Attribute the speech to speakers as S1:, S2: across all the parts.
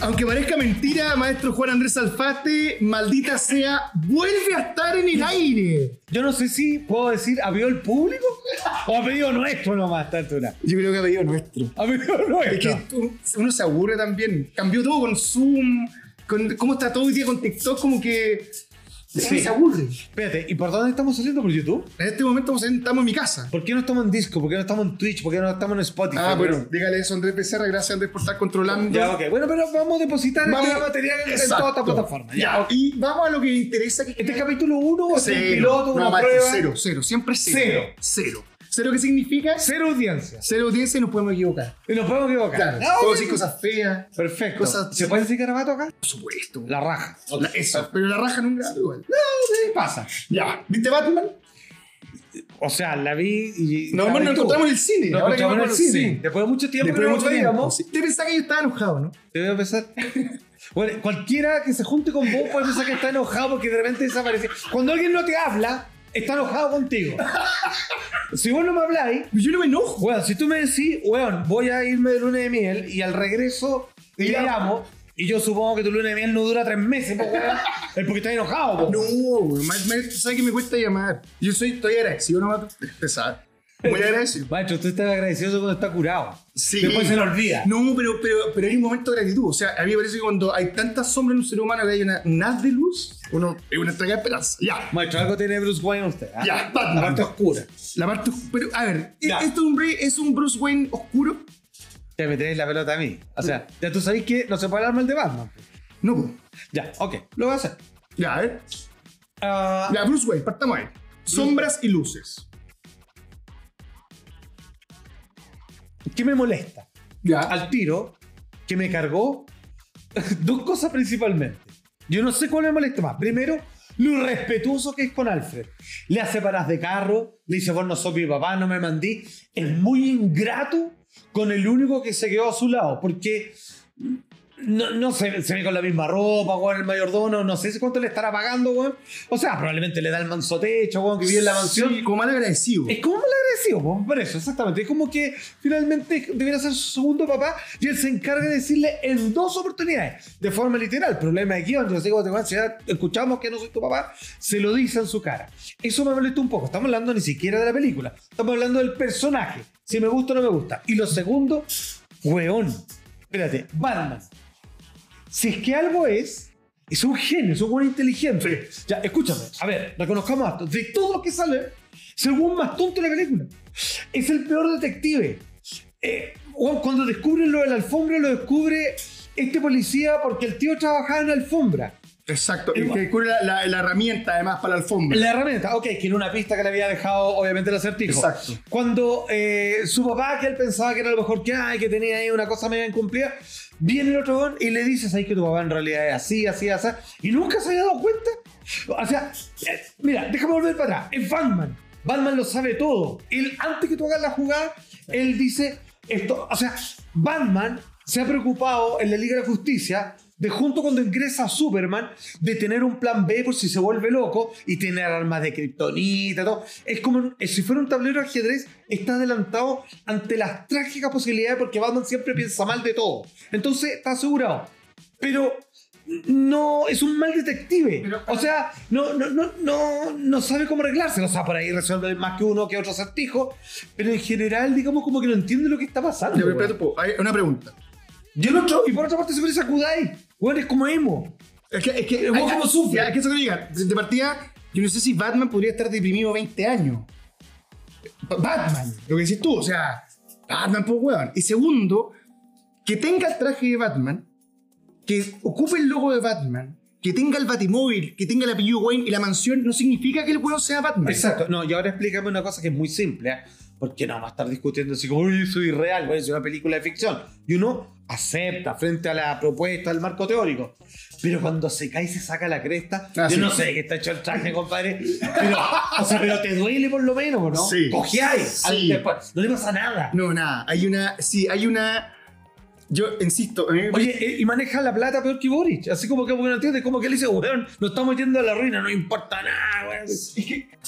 S1: Aunque parezca mentira, maestro Juan Andrés Alfate, maldita sea, vuelve a estar en el aire.
S2: Yo no sé si puedo decir a pedido del público o a pedido nuestro nomás, tanto una.
S1: Yo creo que ha pedido nuestro.
S2: A pedido
S1: Es
S2: nuestro.
S1: que tú- uno se aburre también. Cambió todo con Zoom, con cómo está todo hoy día con TikTok, como que uno
S2: Sí.
S1: se aburre.
S2: Espérate, ¿y por dónde estamos haciendo? ¿Por YouTube?
S1: En este momento estamos en- estamos en mi casa.
S2: ¿Por qué no estamos en disco? ¿Por qué no estamos en Twitch? ¿Por qué no estamos en Spotify?
S1: Ah, bueno, dígale eso a Andrés Becerra, gracias Andrés por estar controlando.
S2: Ya, ok. Bueno, pero vamos a depositar
S1: Vamos-
S2: el material en, en
S1: Exacto.
S2: toda esta plataforma. Ya.
S1: Ya, y vamos a lo que me interesa que
S2: Este es capítulo 1 o sea, el
S1: Cero.
S2: piloto, una
S1: no, maestro,
S2: prueba.
S1: cero, cero, siempre cero.
S2: Cero.
S1: Cero. ¿Cero qué significa?
S2: Cero audiencias.
S1: Cero audiencia y nos podemos equivocar.
S2: Y nos podemos equivocar.
S1: Claro,
S2: Ah,
S1: puedo
S2: ok.
S1: decir cosas feas,
S2: Perfecto.
S1: Cosas-
S2: ¿Se puede decir garabato acá?
S1: por supuesto.
S2: La raja.
S1: La- eso, pero la raja nunca igual.
S2: ¿Qué pasa?
S1: Ya, ¿viste Batman?
S2: O sea, la vi y.
S1: No,
S2: la
S1: bueno,
S2: vi
S1: nos
S2: tú.
S1: encontramos en el cine.
S2: Nos
S1: ahora que me
S2: encontramos en el
S1: acuerdo,
S2: cine.
S1: sí.
S2: Después de mucho tiempo
S1: Después
S2: que
S1: de
S2: no
S1: mucho
S2: nos
S1: tiempo.
S2: veíamos.
S1: sí. Usted pensaba que yo estaba enojado, ¿no?
S2: Te voy a pensar. Bueno, cualquiera que se junte con vos puede pensar que está enojado porque de repente desaparece. Cuando alguien no te habla, está enojado contigo. Si vos no me habláis,
S1: Pues Yo no me enojo.
S2: bueno, si tú me decís, weón, voy a irme de luna de miel y al regreso te
S1: Ya.
S2: llamo. Y yo supongo que tu luna de miel no dura tres meses, po, weón. Es porque estás enojado, po.
S1: No, güey, más- más- ¿sabes que me cuesta llamar? Yo soy, estoy agradecido, no va a empezar. Muy agradecido.
S2: Macho, usted está agradecido cuando está curado.
S1: Sí.
S2: Después se le olvida.
S1: No, pero, pero, pero hay un momento de gratitud. O sea, a mí me parece que cuando hay tanta sombra en un ser humano que hay una nada de luz, uno es una entrega de esperanza. Ya.
S2: Macho, algo tiene Bruce Wayne usted. ¿ah?
S1: Ya, Batman.
S2: La parte oscura.
S1: La parte. Pero, a ver, ¿e-
S2: Ya.
S1: ¿este hombre es un Bruce Wayne oscuro?
S2: Te metéis la pelota a mí. O sea, ya tú sabés que no se puede hablar mal de Batman.
S1: No, po.
S2: Ya, ok, lo voy a hacer.
S1: Ya, a ver.
S2: Ah,
S1: Ya, Bruce Wayne, partamos ahí. Sombras y luces.
S2: ¿Qué me molesta?
S1: Ya.
S2: Al tiro, que me cargó dos cosas principalmente. Yo no sé cuál me molesta más. Primero, lo irrespetuoso que es con Alfred. Le hace paras de carro, le dice, vos no sos mi papá, no me mandí. Es muy ingrato con el único que se quedó a su lado, porque no, no se, se ve con la misma ropa, weón, el mayordomo, no sé cuánto le estará pagando, weón. O sea, probablemente le da el manso techo, weón, que vive en la mansión.
S1: Sí, como mal agradecido.
S2: Es como mal agradecido, po, por eso, exactamente. Es como que finalmente debería ser su segundo papá y él se encarga de decirle en dos oportunidades, de forma literal. Problema de guión, yo sé que te si ya escuchamos que no soy tu papá, se lo dice en su cara. Eso me molesta un poco. Estamos hablando ni siquiera de la película, estamos hablando del personaje, si me gusta o no me gusta. Y lo segundo, weón. Espérate, Batman. Si es que algo es, es un genio, es un buen inteligente. Ya, escúchame, a ver, reconozcamos esto. De todo lo que sale, según más tonto de la película, es el peor detective. Eh, weón, cuando descubren lo de la alfombra, lo descubre este policía porque el tío trabajaba en la alfombra.
S1: Exacto. El que
S2: Igual.
S1: descubre la, la- la herramienta, además, para la alfombra.
S2: La herramienta, ok, que era una pista que le había dejado, obviamente, el acertijo.
S1: Exacto.
S2: Cuando eh, su papá, que él pensaba que era lo mejor que hay, que tenía ahí una cosa media incumplida, viene el otro weón y le dice, ¿sabes que tu papá en realidad es así, así, así? Y nunca se había dado cuenta. O sea, eh, mira, déjame volver para atrás. Es Batman. Batman lo sabe todo. Él, antes que tú hagas la jugada, él dice esto. O sea, Batman se ha preocupado en la Liga de la Justicia de junto cuando ingresa Superman, de tener un plan B por si se vuelve loco y tener armas de kriptonita, todo. Es como un- si fuera un tablero de ajedrez, está adelantado ante las trágicas posibilidades porque Batman siempre piensa mal de todo. Entonces está asegurado. Pero no es un mal detective.
S1: Pero-
S2: o sea, no, no, no, no, no sabe cómo arreglarse. O sea, por ahí resuelve más que uno que otro acertijo. Pero en general, digamos, como que no entiende lo que está pasando.
S1: Ya, pero
S2: weón.
S1: espérate un poco. Hay una pregunta.
S2: Y, el otro- y por otra parte se parece a Kudai. Bueno, es como emo.
S1: Es que, es que,
S2: Ay, ¿cómo sufre?
S1: Ya, Es que eso quiero llegar. De partida, yo no sé si Batman podría estar deprimido 20 años. Ba- Batman, lo que decís tú, o sea, Batman, pues, weón. Y segundo, que tenga el traje de Batman, que ocupe el logo de Batman, que tenga el Batimóvil, que tenga el apellido Wayne y la mansión, no significa que el weón sea Batman.
S2: Exacto. No, y ahora explícame una cosa que es muy simple. ¿eh? Porque no vamos a estar discutiendo así como, uy, soy irreal, bueno, es una película de ficción. Y uno acepta frente a la propuesta del marco teórico. Pero cuando se cae y se saca la cresta,
S1: Ah,
S2: yo
S1: sí.
S2: no sé de qué está hecho el traje, compadre. Pero, o sea, pero te duele por lo menos, ¿no?
S1: Sí.
S2: Cojeáis. al-
S1: Sí.
S2: después, no le pasa nada.
S1: No, nada, hay una, sí, hay una, yo insisto, a mí me
S2: Oye, eh, y maneja la plata peor que Boric. Así como que porque no entiende, como que él dice, weón, nos estamos yendo a la ruina, no importa nada, weón.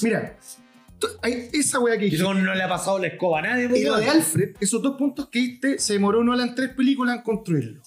S1: mira, to- hay esa weá que
S2: Y eso no le ha pasado la escoba a nadie,
S1: Y lo
S2: weón.
S1: de Alfred, esos dos puntos que diste, se demoró Nolan tres películas en construirlo.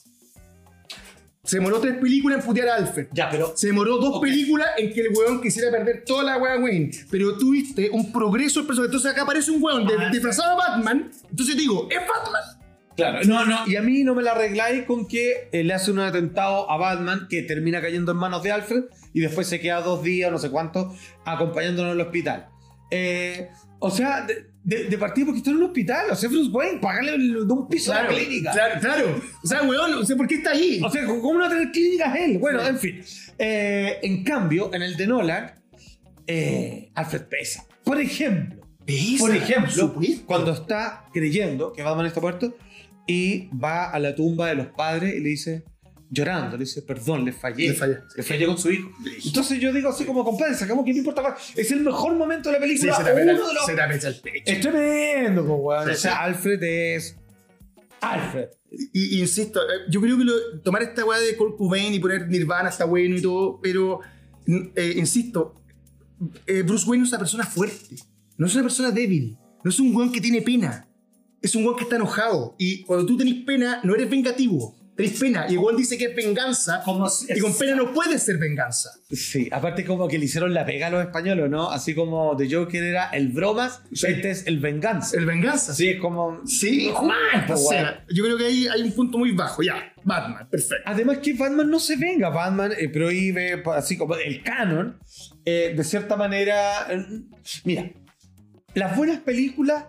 S1: Se demoró tres películas en putear a Alfred.
S3: Ya, pero.
S1: Se demoró dos
S3: Ok.
S1: películas en que el weón quisiera perder toda la weá Wayne. Pero tuviste un progreso del personaje. Entonces acá aparece un weón de-
S3: Ah.
S1: disfrazado de Batman. Entonces digo, ¿es Batman?
S3: Claro,
S2: No, no, y a mí no me la arregláis con que eh, le hace un atentado a Batman que termina cayendo en manos de Alfred y después se queda dos días, no sé cuánto, acompañándonos en el hospital. Eh, o sea, de, de- de partida porque está en un hospital, o sea, Bruce Wayne, pagarle de un piso a la clínica.
S1: claro, claro. O sea, weón, o sea, ¿por qué está ahí?
S2: O sea, ¿cómo no va a tener clínicas él? Bueno, en fin. Eh, en cambio, en el de Nolan, eh, Alfred pesa. Por ejemplo, por ejemplo, cuando está creyendo que Batman está muerto y va a la tumba de los padres y le dice, llorando, le dice, perdón, le fallé.
S1: Le fallé.
S2: Le fallé con su hijo. Entonces yo digo así como, compadre, sacamos que no importa cuál. Es el mejor momento de la
S1: Sí,
S2: película.
S1: se te
S2: uno
S1: aprieta el-
S2: de los-
S1: se te aprieta el pecho.
S2: Es tremendo, po, weón.
S1: Sí,
S2: O sea, Alfred es... Alfred.
S1: Y, y insisto, eh, yo creo que lo- tomar esta weá de Kurt Cobain y poner Nirvana está bueno y todo, pero n- eh, insisto, eh, Bruce Wayne es una persona fuerte, no es una persona débil, no es un weón que tiene pena, es un weón que está enojado. Y cuando tú tenés pena, no eres vengativo, tenés pena. Y el weón dice que es venganza,
S3: como.
S1: y con pena no puede ser venganza.
S2: Sí, aparte como que le hicieron la pega a los españoles, ¿no? Así como The Joker era el bromas,
S1: Sí.
S2: este es el venganza.
S1: El venganza,
S2: Sí, es como...
S1: Sí,
S2: Mal, po,
S1: o sea, yo creo que ahí hay un punto muy bajo, ya, Batman, perfecto.
S2: Además que Batman no se venga, Batman eh, prohíbe, pa- así como el canon, eh, de cierta manera... eh, mira, las buenas películas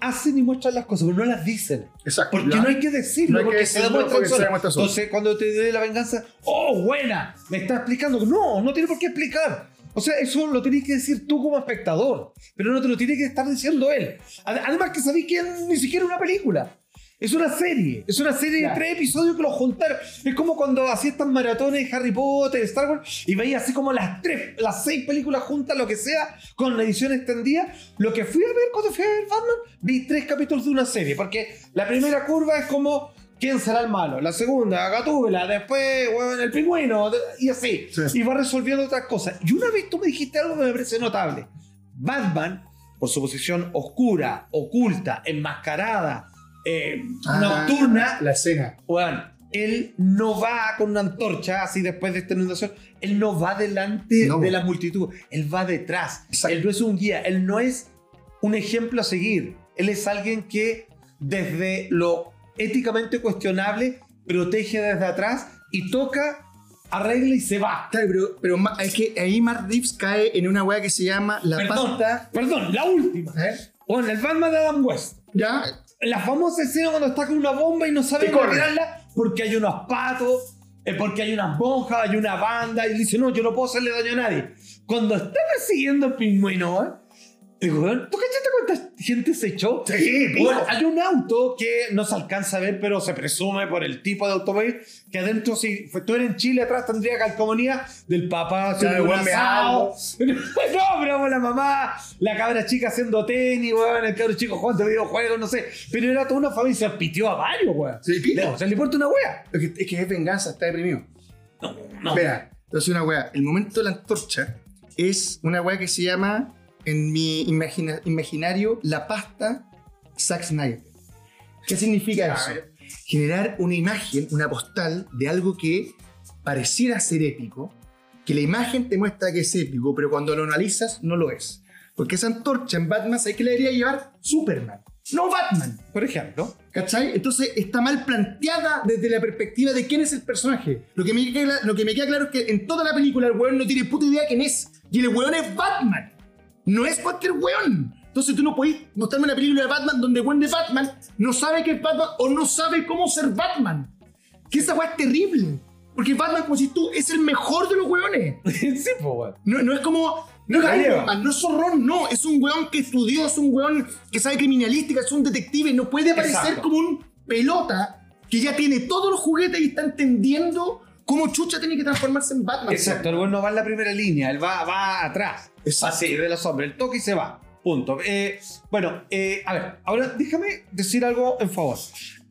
S2: hacen y muestran las cosas, pero no las dicen.
S1: Exacto.
S2: Porque
S1: ya.
S2: no hay que decirlo,
S1: No hay que
S2: porque se
S1: decirlo,
S2: demuestra
S1: porque se
S2: sola.
S1: demuestra sola.
S2: Entonces, cuando te dé la venganza, ¡oh, buena! Me está explicando. No, no tiene por qué explicar. O sea, eso lo tienes que decir tú como espectador, pero no te lo tiene que estar diciendo él. Ad- Además que sabéis que es ni siquiera una película. Es una serie, es una serie
S3: Claro.
S2: de tres episodios que los juntaron. Es como cuando hacías estas maratones de Harry Potter, de Star Wars, y veías así como las tres, las seis películas juntas, lo que sea, con la edición extendida. Lo que fui a ver cuando fui a ver Batman, vi tres capítulos de una serie, porque la primera curva es como quién será el malo, la segunda Gatúbela, después huevón, el pingüino, de- y así.
S1: Sí.
S2: Y va resolviendo otras cosas. Y una vez tú me dijiste algo que me parece notable. Batman, por su posición oscura, oculta, enmascarada, eh,
S1: Ah,
S2: nocturna,
S1: La escena.
S2: Weón, él no va con una antorcha así después de esta inundación. Él no va delante
S1: No.
S2: de la multitud. Él va detrás.
S1: Exacto.
S2: Él no es un guía. Él no es un ejemplo a seguir. Él es alguien que desde lo éticamente cuestionable protege desde atrás y toca, arregla y se va.
S1: Claro, pero, pero ma- es que ahí Mark Reeves cae en una weá que se llama la
S2: Perdón,
S1: pasta.
S2: perdón, la última.
S1: ¿Eh?
S2: Bueno, el Batman de Adam West.
S1: ¿Ya?
S2: La famosa escena cuando está con una bomba y no sabe
S1: Y
S2: cómo
S1: corre.
S2: tirarla porque hay unos patos, eh, porque hay unas monjas, hay una banda y dice, no, yo no puedo hacerle daño a nadie. Cuando está persiguiendo al pingüino, ¿eh? digo, weón, ¿tú cachaste cuánta gente se echó?
S1: Sí,
S2: Bueno, hay un auto que no se alcanza a ver, pero se presume por el tipo de automóvil que adentro, si estuviera en Chile atrás, tendría calcomanía del
S1: Claro,
S2: papá, haciendo un
S1: weón, me
S2: asado. no, pero la mamá, la cabra chica haciendo tenis, weón, el cabro chico jugando videojuegos, no sé. Pero era toda una familia, se pitió a varios, weón.
S1: Sí, pico.
S2: Le- o sea, le importa una wea.
S1: Es que, es que es venganza, está deprimido.
S2: No, no.
S1: Espera, entonces una weá. El momento de la antorcha es una weá que se llama, en mi imagina- imaginario, la pasta Zack Snyder. ¿Qué significa eso? Generar una imagen, una postal de algo que pareciera ser épico, que la imagen te muestra que es épico, pero cuando lo analizas no lo es. Porque esa antorcha en Batman, ¿sabes que la debería llevar? Superman, no Batman.
S2: Por ejemplo,
S1: ¿Cachai? Entonces está mal planteada desde la perspectiva de quién es el personaje. Lo que me queda, cla- lo que me queda claro es que en toda la película el weón no tiene puta idea quién es. Y el weón es Batman. No es cualquier weón. Entonces tú no podés mostrarme una película de Batman donde el weón de Batman no sabe que es Batman o no sabe cómo ser Batman. Que esa weá es terrible. Porque Batman, como decís tú, es el mejor de los weones.
S2: sí, po, weón.
S1: No, no es como. No es
S2: Galego.
S1: Iron Man, no es zorrón, no. Es un weón que estudió, es un weón que sabe criminalística, es un detective. No puede aparecer
S2: Exacto.
S1: como un pelota que ya tiene todos los juguetes y está entendiendo cómo Chucha tiene que transformarse en Batman.
S2: Exacto, el weón no va en la primera línea, él va, va atrás.
S1: Exacto.
S2: Así, de la sombra, el toque y se va. Punto. Eh, bueno, eh, a ver, ahora déjame decir algo en favor.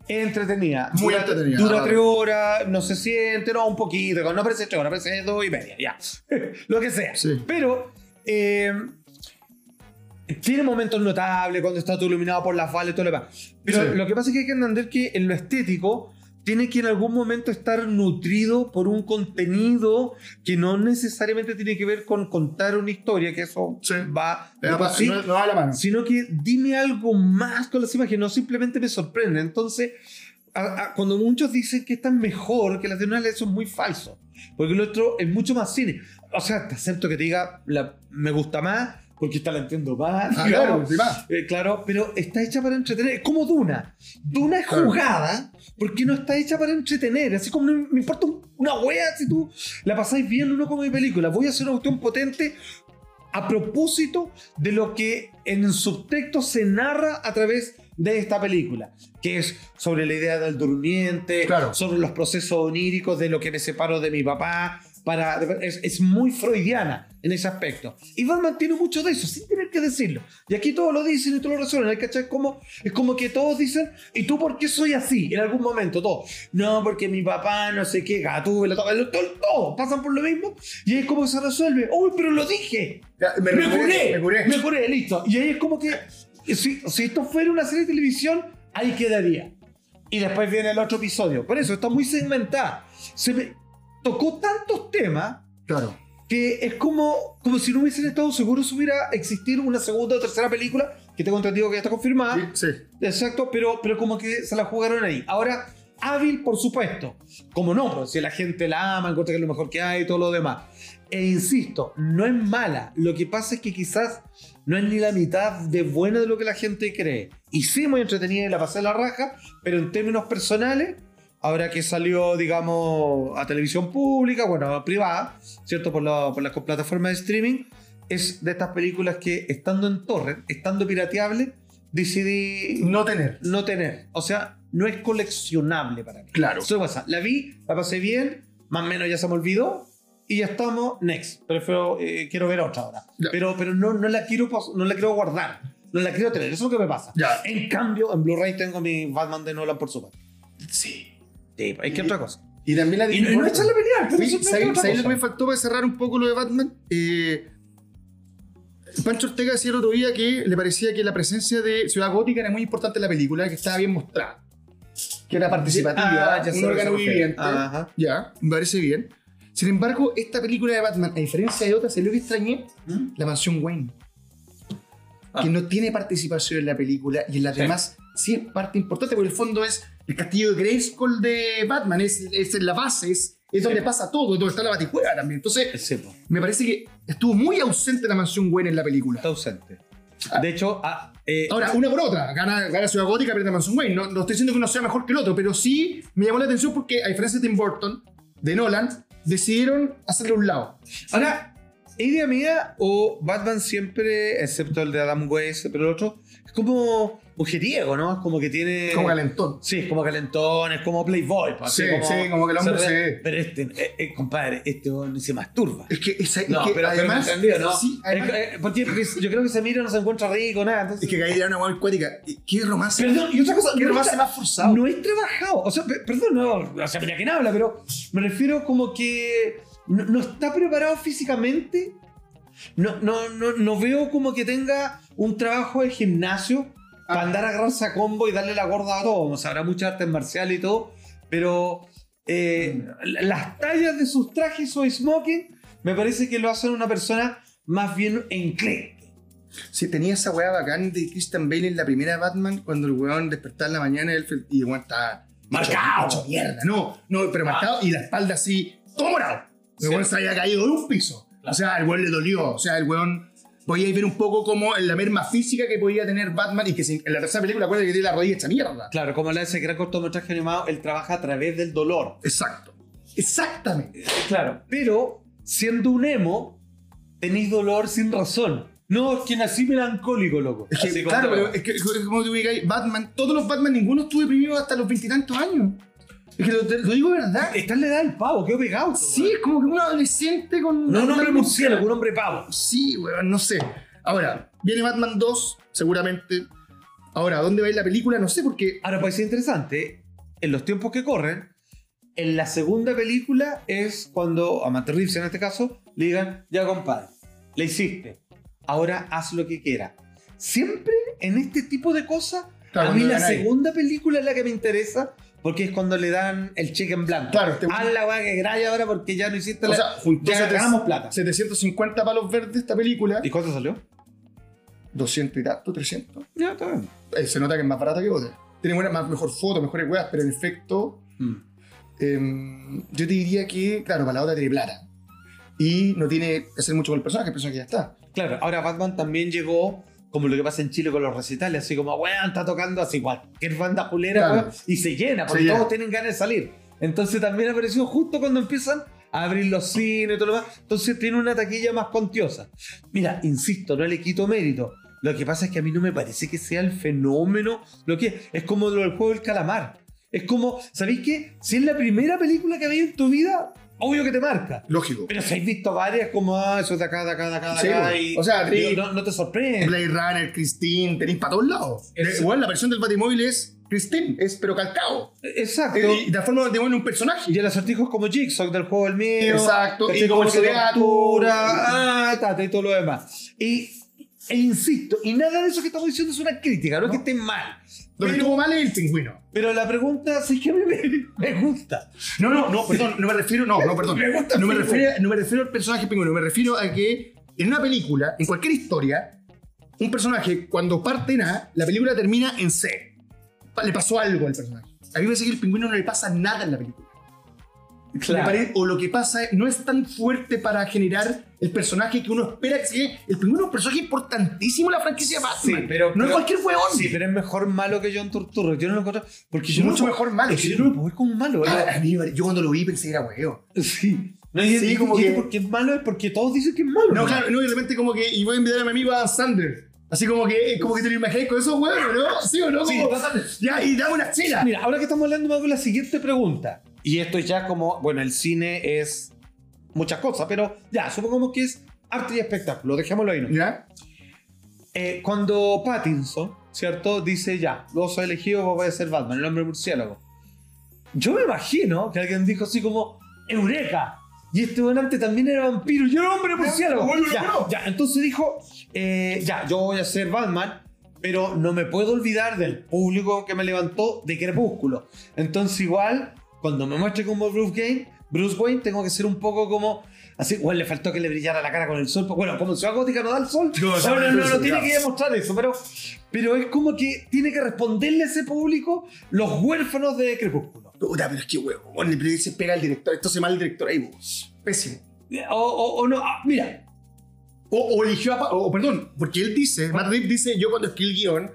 S2: Entretenida.
S1: Muy
S2: Dura-
S1: entretenida.
S2: Dura tres horas, no se siente, no, un poquito, no parece tres horas, parece dos y media, ya. Lo que sea.
S1: Sí.
S2: Pero, eh, tiene momentos notables cuando está todo iluminado por las balas y todo lo demás. Pero
S1: Sí.
S2: lo que pasa es que hay que entender que en lo estético, tiene que en algún momento estar nutrido por un contenido que no necesariamente tiene que ver con contar una historia, que eso
S1: Sí.
S2: va
S1: No,
S2: va así,
S1: no, no va a la mano.
S2: sino que dime algo más con las imágenes, no simplemente me sorprende. Entonces, a- a- cuando muchos dicen que están mejor que las de Nolan, eso es muy falso, porque el otro es mucho más cine. O sea, te acepto que te diga, la- me gusta más, porque esta la entiendo más.
S1: Ah, claro,
S2: digamos.
S1: sí va.
S2: Eh, claro, pero está hecha para entretener. Es como Duna. Duna es
S1: Claro.
S2: jugada porque no está hecha para entretener. Así como no me importa un- una wea si tú la pasáis bien o no con mi película. Voy a hacer una cuestión potente a propósito de lo que en el subtexto se narra a través de esta película, que es sobre la idea del durmiente,
S1: Claro.
S2: sobre los procesos oníricos de lo que me separo de mi papá, para, es, es muy freudiana en ese aspecto. Y Batman tiene mucho de eso, sin tener que decirlo. Y aquí todos lo dicen y todos lo resuelven, ¿cachai? Es como, es como que todos dicen, ¿y tú por qué soy así? En algún momento, todos. No, porque mi papá, no sé qué, gatú, todo, todo, todo, pasan por lo mismo y es como se resuelve. ¡Uy, pero lo dije!
S1: Ya, me, curé,
S2: me curé,
S1: me curé.
S2: me curé, listo. Y ahí es como que, si, si esto fuera una serie de televisión, ahí quedaría. Y después viene el otro episodio. Por eso está muy segmentada. Se me tocó tantos temas
S1: Claro.
S2: que es como, como si no hubiesen estado seguros si hubiera existir una segunda o tercera película, que tengo entendido que ya está confirmada.
S1: Sí, sí.
S2: Exacto, pero, pero como que se la jugaron ahí. Ahora, hábil, por supuesto. Como no, pues, si la gente la ama, encuentra que es lo mejor que hay y todo lo demás. E insisto, no es mala. Lo que pasa es que quizás no es ni la mitad de buena de lo que la gente cree. Y sí, muy entretenida y la pasé la raja, pero en términos personales, ahora que salió, digamos, a televisión pública, bueno, a privada, ¿cierto? Por, la- por las plataformas de streaming, es de estas películas que estando en torre, estando pirateable, decidí
S1: No tener.
S2: no tener. O sea, no es coleccionable para mí.
S1: Claro.
S2: Eso pasa. La vi, la pasé bien, más o menos ya se me olvidó. Y ya estamos next. Prefiero, eh, quiero ver otra ahora.
S1: Ya.
S2: Pero, pero no, no, la quiero, pos- no la quiero guardar. No la quiero tener. Eso es lo que me pasa.
S1: Ya.
S2: En cambio, en Blu-ray tengo mi Batman de Nolan por supuesto.
S1: Sí.
S2: Sí, es que otra cosa.
S1: Y también la
S2: Y no, y no echarle a pelear. pero
S1: Oye,
S2: eso es
S1: ¿Sabéis
S2: otra
S1: sabéis lo que
S2: cosa.
S1: me faltó para cerrar un poco lo de Batman? Eh, Pancho Ortega decía el otro día que le parecía que la presencia de Ciudad Gótica era muy importante en la película, que estaba bien mostrada. Que era participativa,
S2: Ah, ya sé
S1: un
S2: a lo que se
S1: órgano
S2: refiere.
S1: viviente.
S2: Ajá.
S1: Ya, me parece bien. Sin embargo, esta película de Batman, a diferencia de otras, es lo que extrañé,
S2: ¿Mm?
S1: la mansión Wayne.
S2: Ah.
S1: Que no tiene participación en la película y en las
S2: Sí.
S1: demás sí es parte importante, porque el fondo es el castillo de Grayskull de Batman, es, es la base, es, es donde pasa todo, es donde está la baticueva también. Entonces,
S2: Sí, po.
S1: me parece que estuvo muy ausente la mansión Wayne en la película.
S2: Está ausente. De hecho, ah, eh,
S1: Ahora, una por otra, gana, gana Ciudad Gótica, pierde Manson Wayne. No, no estoy diciendo que uno sea mejor que el otro, pero sí me llamó la atención porque, a diferencia de Tim Burton, de Nolan, decidieron hacerle un lado.
S2: Ahora, idea mía o Batman siempre, excepto el de Adam West, pero el otro, es como mujeriego, ¿no? Es como que tiene...
S1: Como calentón.
S2: Sí, es como calentón, es como playboy. pues, así
S1: Sí,
S2: como,
S1: sí, como que el hombre se-
S2: Pero este, eh, eh, compadre, este hombre se masturba.
S1: Es que, esa- es
S2: No,
S1: que
S2: pero, además,
S1: además.
S2: ¿no?
S1: sí, además-
S2: Eh, eh, porque yo creo que se mira no se encuentra rico, nada. Entonces,
S1: es que caí de una hueá acuática. ¿Qué romance?
S2: Perdón, y otra cosa,
S1: ¿Qué
S2: no
S1: romance
S2: está-
S1: más forzado?
S2: No es trabajado. O sea, pe- perdón, no. O sea, mira quién habla, pero me refiero como que no, no está preparado físicamente. No, no, no, no veo como que tenga un trabajo de gimnasio para andar a agarrarse a combo y darle la gorda a todo. O sea, habrá muchas artes marciales y todo, pero eh, la- las tallas de sus trajes o smoking me parece que lo hacen una persona más bien enclenque.
S1: Sí, tenía esa hueá bacán de Christian Bale en la primera Batman, cuando el weón despertaba en la mañana y el- y el weón estaba.
S2: Marcado. Ah.
S1: Hecho mierda, no, no, pero marcado y la espalda así, todo morado. El
S2: Sí.
S1: weón se había caído de un piso. O sea, el weón le dolió. O sea, el weón. Podíais ver un poco como la merma física que podía tener Batman y que se- en la tercera película, acuérdate que tiene la rodilla hecha mierda.
S2: Claro, como la de ese gran cortometraje animado, él trabaja a través del dolor.
S1: Exacto. Exactamente.
S2: Claro, pero siendo un emo, tenéis dolor sin razón. No, es que nací melancólico, loco.
S1: Es que,
S2: Así como
S1: claro,
S2: te-
S1: pero es que, es como te ubicáis, Batman, todos los Batman, ninguno estuvo deprimido hasta los veintitantos años. Es que lo, te- lo digo de verdad.
S2: Está en la edad del pavo, quedó pegado.
S1: Sí, es como que un adolescente con.
S2: No, no, hombre
S1: con-
S2: murciélago, un hombre pavo.
S1: Sí, weón, no sé. Ahora, viene Batman 2, seguramente. Ahora, ¿a ¿dónde va a ir la película? No sé, porque.
S2: Ahora, pues es interesante, en los tiempos que corren, en la segunda película es cuando a Matt Reeves, en este caso, le digan, ya compadre, le hiciste, ahora haz lo que quieras. Siempre en este tipo de cosas,
S1: Claro,
S2: a mí
S1: cuando
S2: la
S1: ganáis.
S2: segunda película es la que me interesa Porque es cuando le dan el cheque en blanco.
S1: Claro, este-
S2: Haz la weá que graya ahora porque ya no hiciste
S1: O
S2: la.
S1: sea, juntó
S2: ya
S1: sete-
S2: ganamos plata.
S1: 750 palos verdes esta película.
S2: ¿Y cuánto salió?
S1: 200 y tanto, 300.
S2: Ya, está bien.
S1: Eh, se nota que es más barata que otra. Tiene buena, más, mejor foto, mejores weas, pero en efecto,
S2: Mm.
S1: em, yo te diría que, claro, para la otra tiene plata. Y no tiene que hacer mucho con el personaje, el personaje ya está.
S2: Claro, ahora Batman también llegó, como lo que pasa en Chile con los recitales, así como, weón, está tocando así cualquier banda culera,
S1: Claro.
S2: weón, y se llena, porque
S1: Se llena.
S2: todos tienen ganas de salir. Entonces también apareció justo cuando empiezan a abrir los cines y todo lo demás. Entonces tiene una taquilla más contiosa. Mira, insisto, no le quito mérito. Lo que pasa es que a mí no me parece que sea el fenómeno lo que es. Es como lo del juego del calamar. Es como, ¿sabéis qué? Si es la primera película que veis en tu vida, obvio que te marca.
S1: Lógico.
S2: Pero si has visto varias como, ah, eso de acá, de acá, de acá, de
S1: Sí,
S2: acá.
S1: bueno.
S2: y-
S1: O sea,
S2: digo,
S1: sí.
S2: no, no te sorprende.
S1: Blade Runner, Christine, tenéis para todos lados.
S2: Es-
S1: Eh, Bueno, la versión del Batimóvil es Christine, es pero calcao.
S2: Exacto.
S1: Eh, y transforma al Batimóvil en un personaje.
S2: Y el acertijo es como Jigsaw del juego del miedo.
S1: Exacto,
S2: ¿cachai?
S1: y como
S2: que
S1: el gato.
S2: tortura, Ah, tata, y todo lo demás. Y, e insisto, y nada de eso que estamos diciendo es una crítica, no, es que esté mal.
S1: Lo que
S2: Pero,
S1: estuvo mal es el pingüino.
S2: pero la pregunta sí que a mí me, me gusta.
S1: No, no, no, perdón, no me refiero, no, no, perdón.
S2: Me gusta el
S1: no, me
S2: pingüino.
S1: refiero, no me refiero al personaje pingüino, me refiero a que en una película, en cualquier historia, un personaje cuando parte en A, la película termina en C. Pa- Le pasó algo al personaje. A mí me parece que el pingüino no le pasa nada en la película. Me pare- o lo que pasa no es tan fuerte para generar el personaje que uno espera que sea. El pingüino es un personaje importantísimo en la franquicia de Batman.
S2: Sí, pero-
S1: no es
S2: pero-
S1: cualquier hueón.
S2: Sí, pero es mejor malo que John Turturro. Yo no lo encuentro. Porque yo
S1: Mucho
S2: no, lo-
S1: mejor malo,
S2: es que
S1: sí.
S2: Yo no lo puedo ver como malo.
S1: Ah, a mí me pare- yo cuando lo vi pensé que era hueón.
S2: Sí. No, y-
S1: Sí,
S2: y-
S1: como
S2: y
S1: que-
S2: porque es malo es porque todos dicen que es malo.
S1: No, claro, no, y de repente como que, y voy a invitar a mi amigo Adam Sandler. Así como que, eh, como que te lo imaginas con esos huevos, ¿no? Sí o no,
S2: Sí,
S1: como,
S2: totalmente.
S1: ya, y dame una chela.
S2: Mira, ahora que estamos hablando, me hago la siguiente pregunta. Y esto ya como, bueno, el cine es muchas cosas, pero ya, supongamos que es arte y espectáculo, dejémoslo ahí. ¿no?
S1: ¿Ya?
S2: Eh, cuando Pattinson, ¿cierto? Dice ya, vos sos elegido, vos vas a ser Batman, el hombre murciélago. Yo me imagino que alguien dijo así como, ¡Eureka! Y este donante también era vampiro, yo era hombre murciélago.
S1: bueno,
S2: Ya,
S1: bueno.
S2: ya, entonces dijo, eh, ya, yo voy a ser Batman, pero no me puedo olvidar del público que me levantó de Crepúsculo. Entonces igual, cuando me muestre como Bruce Wayne, Bruce Wayne tengo que ser un poco como... Así, bueno, le faltó que le brillara la cara con el sol. pero Bueno, como en Ciudad Gótica no da el sol.
S1: No,
S2: No,
S1: no,
S2: no, no,
S1: no,
S2: no
S1: no,
S2: tiene
S1: no.
S2: que demostrar eso, pero, pero es como que tiene que responderle a ese público los huérfanos de Crepúsculo.
S1: Puta, pero es que huevo, le pe- se pega al director, esto se mal el director, ahí vos. Pésimo.
S2: O, o- o no, ah, mira,
S1: O, o eligió a, Pa- o, o, perdón, porque él dice, Matt Reeves dice, yo cuando escribí el guión,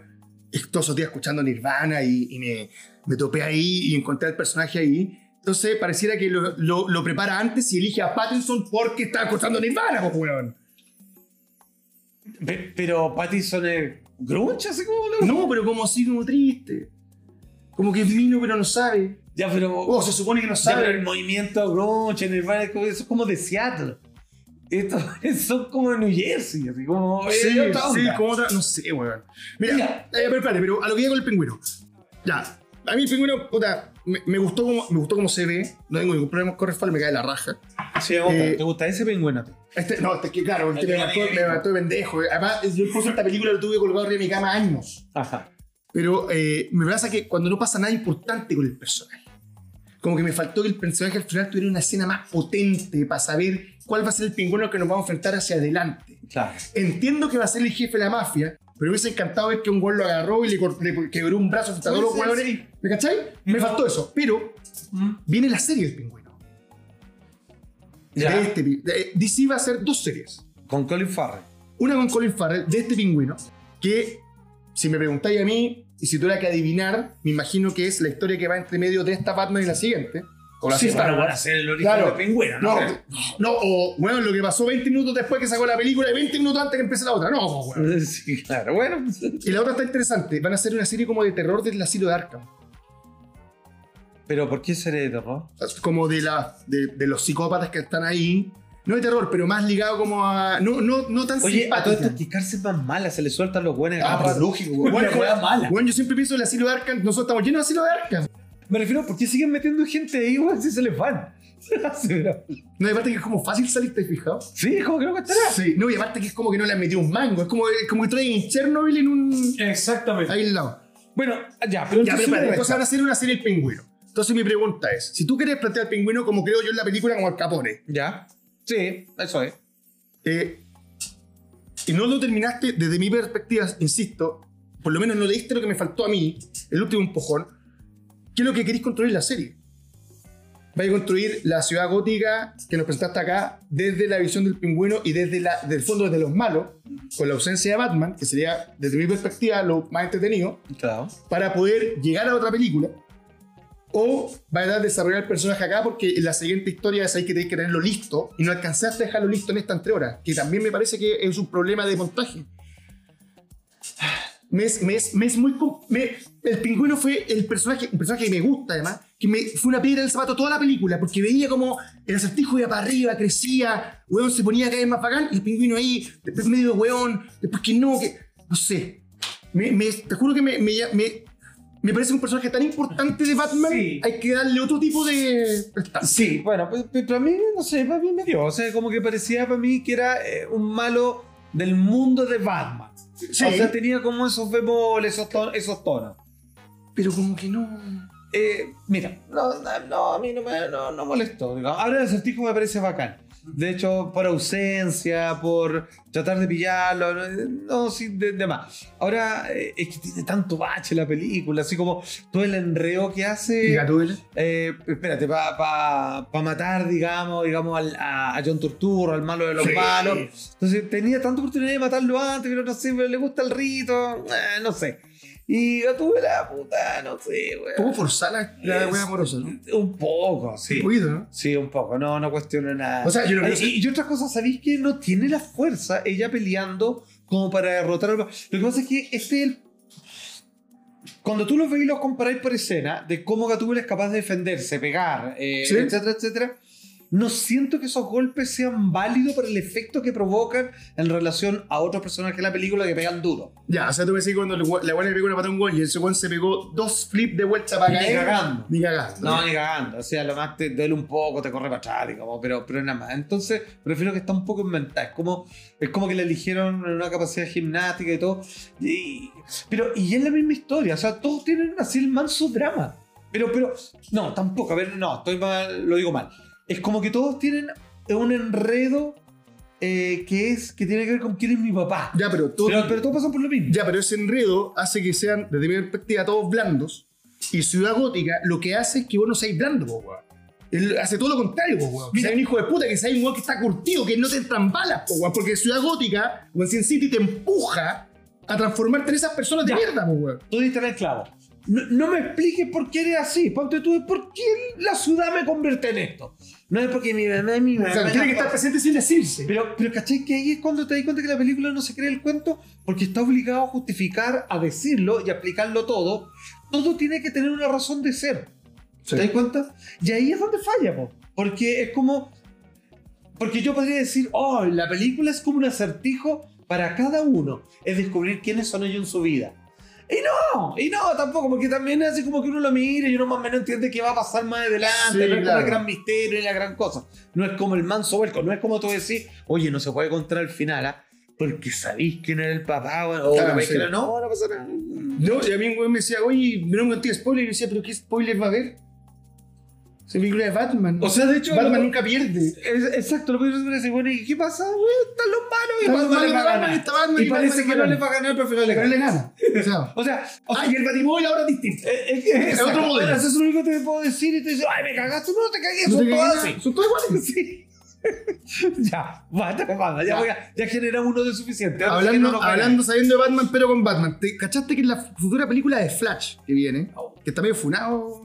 S1: todos esos días escuchando Nirvana y, y me, me topé ahí y encontré al personaje ahí. Entonces pareciera que lo, lo- lo prepara antes y elige a Pattinson porque estaba escuchando Nirvana, pues, huevón.
S2: pe- pero Pattinson es grunge, así como lo-
S1: No, pero como así, como triste. Como que es vino, pero no sabe.
S2: Ya, pero,
S1: Oh, se supone que no
S2: ya, pero
S1: sabe.
S2: el movimiento grunge, Nirvana, es como- eso es como de Seattle. Esto, son como de New Jersey, así como...
S1: Sí,
S2: es otra
S1: sí,
S2: onda.
S1: como otra. No sé, weón. Mira,
S2: Mira.
S1: eh, pero espérate, pero a lo que llega con el pingüino. Ya. A mí el pingüino, puta, me, me gustó como, me gustó como se ve. No tengo ningún problema con Correfal, me cae la raja.
S2: Sí, me gusta.
S1: Eh,
S2: ¿Te gusta ese pingüino? a ti?
S1: Este, no, este que claro, este
S2: El
S1: me
S2: de la
S1: mató, me
S2: negrita.
S1: mató de pendejo. eh. Además, yo incluso esta película lo tuve colgado arriba de mi cama años.
S2: Ajá.
S1: Pero eh, me pasa que cuando no pasa nada importante con el personaje, como que me faltó que el personaje al final tuviera una escena más potente para saber cuál va a ser el pingüino que nos vamos a enfrentar hacia adelante.
S2: Claro.
S1: Entiendo que va a ser el jefe de la mafia, pero me hubiese encantado ver que un güey lo agarró y le, cor- le quebró un brazo frente a todos los
S2: Sí,
S1: huevones.
S2: sí.
S1: ¿Me cachai? Me
S2: No.
S1: faltó eso. Pero viene la serie del pingüino.
S2: Ya.
S1: De este, pi- de- DC va a hacer dos series.
S2: Con Colin Farrell.
S1: Una con Colin Farrell, de este pingüino, que si me preguntáis a mí, y si tuviera que adivinar, me imagino que es la historia que va entre medio de esta Batman y la siguiente. O la
S2: Sí,
S1: Star
S2: bueno,
S1: Wars.
S2: van a ser el origen
S1: Claro.
S2: del pingüino,
S1: No,
S2: ¿no?
S1: no, o bueno, lo que pasó 20 minutos después que sacó la película y 20 minutos antes que empezó la otra. No, weón.
S2: Sí, claro. Bueno, pues,
S1: Y la otra está interesante. Van a hacer una serie como de terror del asilo de Arkham.
S2: pero ¿por qué sería de terror?
S1: Como de, la, de, de los psicópatas que están ahí. No de terror, pero más ligado como a. No, no, no tan
S2: Oye, a todo
S1: simpática.
S2: esto, que cárcel más mala, se le sueltan los buenos.
S1: Ah, pero lógico, weón.
S2: Una
S1: Bueno,
S2: weá
S1: como-
S2: mala.
S1: bueno, yo siempre pienso en el asilo de Arkham. Nosotros estamos llenos de asilo de Arkham.
S2: Me refiero, ¿por qué siguen metiendo gente ahí, weón, si se les van? Sí, pero-
S1: No, y aparte que es como fácil salir, ¿te has fijado?
S2: sí, como que no costará.
S1: Sí. No, y aparte que es como que no le han metido un mango. Es como, es como que traen Chernobyl en un.
S2: Exactamente.
S1: Ahí al lado.
S2: Bueno, ya, pero
S1: Ya,
S2: entonces
S1: pero espérate,
S2: me
S1: entonces
S2: resta.
S1: van a hacer una serie El Pingüino. Entonces mi pregunta es, si tú quieres plantear al pingüino como creo yo en la película, como al capone,
S2: ¿Ya? Sí, eso es.
S1: eh, y no lo terminaste desde mi perspectiva, insisto, por lo menos no leíste lo que me faltó a mí, el último empujón, ¿qué es lo que queréis construir en la serie? Vais a construir la ciudad gótica que nos presentaste acá desde la visión del pingüino y desde la, del fondo desde los malos, con la ausencia de Batman, que sería desde mi perspectiva lo más entretenido,
S2: Claro.
S1: para poder llegar a otra película. O vas a desarrollar el personaje acá porque en la siguiente historia es ahí que tenés que tenerlo listo y no alcanzaste a dejarlo listo en estas tres horas, que también me parece que es un problema de montaje. Me es, me es- me es muy... com- me- el pingüino fue el personaje, un personaje que me gusta además, que me, fue una piedra en el zapato toda la película, porque veía como el acertijo iba para arriba, crecía, weón, se ponía cada vez más bacán, y el pingüino ahí, después medio weón, después que no, que... No sé. Me- me- te juro que me, me, me- me parece un personaje tan importante de Batman,
S2: Sí.
S1: hay que darle otro tipo de...
S2: Sí, bueno, pues, pues, para mí, no sé, para mí me dio. O sea, como que parecía para mí que era eh, un malo del mundo de Batman.
S1: Sí,
S2: O sea, tenía como esos bemoles, esos ton- esos tonos.
S1: pero como que no...
S2: Eh, mira, no, no, no, a mí no me no, no molestó. digamos. Ahora el acertijo me parece bacán. De hecho, por ausencia, por tratar de pillarlo, no, no, sí, de, de más. Ahora eh, es que tiene tanto bache la película, así como todo el enreo que hace.
S1: ¿Y Gatúbela?
S2: Eh, espérate, para pa, pa matar, digamos, digamos al- a, a John Turturro, al malo de los
S1: Sí.
S2: malos. Entonces tenía tanta oportunidad de matarlo antes, pero no sé, pero le gusta el rito, eh, no sé. Y Gatúbela, puta, no sé,
S1: Un poco
S2: weón.
S1: forzada la, la
S2: Es-
S1: wea amorosa, ¿no?
S2: Un poco, sí.
S1: Un poquito, ¿no?
S2: Sí, un poco, no, no cuestiono nada.
S1: O sea, yo lo
S2: Ay,
S1: que-
S2: y, y otra cosa, ¿sabéis que no tiene la fuerza ella peleando como para derrotar al... Lo que pasa es que este es el... Cuando tú los veis y los comparáis por escena, de cómo Gatúbela es capaz de defenderse, pegar, eh,
S1: Sí.
S2: etcétera, etcétera, no siento que esos golpes sean válidos para el efecto que provocan en relación a otros personajes de la película que pegan duro.
S1: Ya, o sea, tú me decís cuando el gua- la buena le pegó una patada a un gol y el segundo se pegó dos flips de vuelta para
S2: Ni
S1: caer.
S2: cagando.
S1: Ni cagando.
S2: No, ni cagando. O sea, lo más te duele un poco, te corre para atrás, digamos, pero, pero nada más. Entonces, prefiero que está un poco inventada. Es como, es como que le eligieron en una capacidad gimnástica y todo. Y, pero, y es la misma historia. O sea, todos tienen así el manso drama. Pero, pero, no, tampoco. A ver, no, estoy mal, lo digo mal. Es como que todos tienen un enredo eh, que es que tiene que ver con quién es mi papá.
S1: Ya, pero todo,
S2: Pero, pero todos pasan por lo mismo.
S1: ya, pero ese enredo hace que sean, desde mi perspectiva, todos blandos. Y Ciudad Gótica lo que hace es que vos no seáis blando, po, weón. Él hace todo lo contrario, po, weón. Que
S2: Mira.
S1: seas un hijo de puta, que seas un weón que está curtido, que no te entran balas, po, weón. Porque Ciudad Gótica, o en Sin City, te empuja a transformarte en esas personas de
S2: Ya.
S1: mierda, po, weón.
S2: Tú diste en el clavo. No, no me expliques por qué eres así. Ponte tú, ¿por qué la ciudad me convierte en esto? No es porque mi mamá, mi mamá.
S1: O sea, tiene que estar presente sin decirse.
S2: Pero, pero ¿cachai? Que ahí es cuando te das cuenta que la película no se cree el cuento porque está obligado a justificar, a decirlo y aplicarlo todo. Todo tiene que tener una razón de ser. ¿Te das cuenta? Y ahí es donde falla, po. porque es como. Porque yo podría decir, oh, la película es como un acertijo para cada uno, es descubrir quiénes son ellos en su vida. Y no, y no, tampoco, porque también es así como que uno lo mira y uno más o menos entiende qué va a pasar más adelante,
S1: Sí,
S2: no es como
S1: claro.
S2: el gran misterio ni la gran cosa, no es como el manso vuelco, no es como tú decís, oye, no se puede contar el final, ¿ah? porque sabéis quién era el papá, o
S1: Claro,
S2: la vez
S1: sí.
S2: que era- no, no pasa nada.
S1: No, y a mí un weón me decía, oye, no me conté spoiler. Y yo decía, pero ¿qué spoiler va a haber? Se película de Batman.
S2: O sea, de hecho,
S1: Batman
S2: lo-
S1: nunca pierde.
S2: Es- exacto, lo que yo decía, bueno, ¿y qué pasa? güey? Están los malos y
S1: Están los
S2: Batman
S1: malos,
S2: le va a
S1: Batman,
S2: ganar.
S1: está Batman,
S2: Y
S1: y
S2: parece
S1: Batman
S2: que
S1: le
S2: no
S1: gana.
S2: le va a ganar, pero al final le
S1: Pero
S2: gana.
S1: le gana. O sea,
S2: O sea, o sea,
S1: ah, y el Batimóvil ahora es distinto.
S2: eh, eh, eh,
S1: Es otro
S2: exacto.
S1: modelo.
S2: Eso es lo único que te puedo decir y te dices, ay, me cagaste, no te cagué,
S1: No
S2: son
S1: te
S2: todas
S1: cagué,
S2: así.
S1: Son todos iguales.
S2: Sí. ya, basta, basta, ya,
S1: Ya.
S2: voy a- ya generamos uno de suficiente. ahora sí que no
S1: Hablando,
S2: nos va a
S1: hablando sabiendo de Batman, pero con Batman. ¿Te cachaste que en la futura película de Flash que viene, que está medio funado,